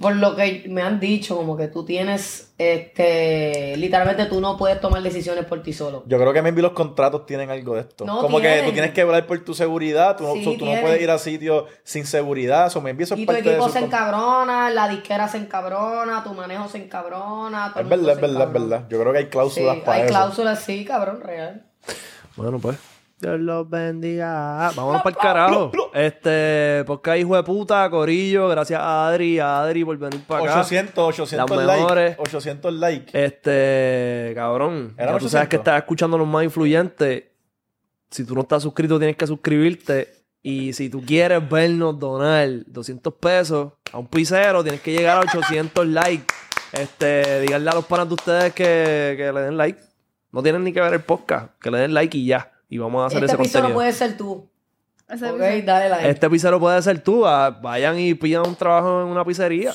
D: por lo que me han dicho, como que tú tienes, este, literalmente tú no puedes tomar decisiones por ti solo.
B: Yo creo que maybe los contratos tienen algo de esto.
D: No
B: Como que
D: tienen.
B: tú tienes que hablar por tu seguridad, tú, no-
D: Sí,
B: so- tú no
D: tienen.
B: puedes ir a sitios sin seguridad, eso maybe eso es
D: Y tu
B: parte de
D: equipo
B: eso.
D: se encabrona, la disquera se encabrona, tu manejo se encabrona.
B: Es
D: todo el mundo
B: verdad, es
D: se
B: verdad, es
D: encabrona.
B: verdad. Yo creo que hay
D: Sí,
B: cláusulas para
D: hay
B: eso.
D: cláusulas, sí, cabrón, real.
A: Bueno, pues. Dios los bendiga. Vámonos para el carajo. Este, podcast hijo de puta, Corillo. Gracias a Adri, a Adri por venir para acá.
B: 800, 800
A: Las
B: likes.
A: mejores.
B: 800 likes.
A: Eh, Este, cabrón.
B: Eran
A: ya tú sabes
B: 800.
A: que estás escuchando a los más influyentes. Si tú no estás suscrito, tienes que suscribirte. Y si tú quieres vernos donar 200 pesos a un pisero, tienes que llegar a 800 likes. Este, díganle a los panas de ustedes que, que le den like. No tienen ni que ver el podcast. Que le den like y ya. Y vamos a hacer
D: Este
A: ese
D: piso
A: contenido.
D: no puede ser tú.
C: Ese
D: Ok,
C: episodio.
D: dale like.
A: Este pizzero puede ser tú. ah, Vayan y pidan un trabajo en una pizzería.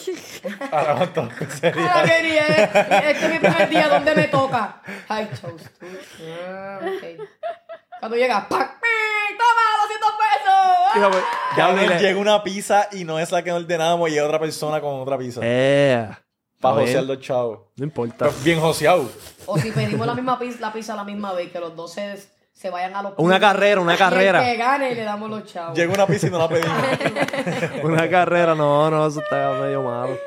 B: Ahora, entonces, sería-
D: Ah, qué bien. Este es mi primer día donde me toca. Ay, toast. Ah, ok. Cuando llega, ¡pac! ¡Pi! ¡Toma, 200 pesos! Ah.
A: Hijo, pues, ya
B: Cabrón,
A: hablé.
B: llega una pizza y no es la que ordenamos y llega otra persona con otra pizza.
A: Eh, está
B: para
A: bien,
B: josear los chavos.
A: No importa.
B: Pero Bien joseado.
D: O si pedimos la misma pizza, la pizza la misma vez, que los dos se, se vayan a los
A: Una carrera, una
D: Y el que
A: carrera.
D: gane le damos los chavos.
B: Llega una pizza y no la pedimos.
A: Una carrera. No, no, eso está medio malo.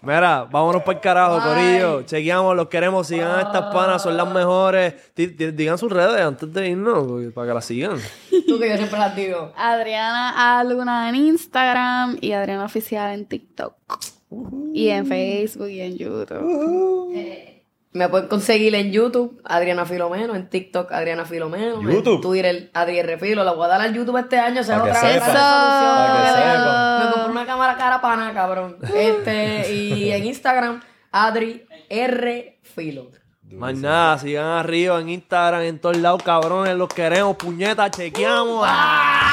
A: Mira, vámonos para el carajo, Corillo. Chequeamos, los queremos. Sigan a estas panas, son las mejores. Di- di- Digan sus redes antes de irnos porque- para que las sigan.
D: Tú que yo siempre las digo.
C: Adriana A. Luna en Instagram y Adriana Oficial en TikTok.
D: Uh-huh.
C: Y en Facebook y en YouTube.
D: Me pueden conseguir en YouTube, Adriana Filomeno, en TikTok, Adriana Filomeno,
B: YouTube.
D: en Twitter, Adriana Filo. La voy a dar al YouTube este año, se
B: Pa' que
D: otra
B: sepa.
D: vez. para
B: Eso.
D: la solución.
B: Pa' que sepa.
D: Me compré una cámara cara pana, cabrón. Este, y en Instagram, Adri R Filo.
A: Más nada, sigan arriba en Instagram, en todos lados, cabrones. Los queremos, puñetas, chequeamos. ¡Ah!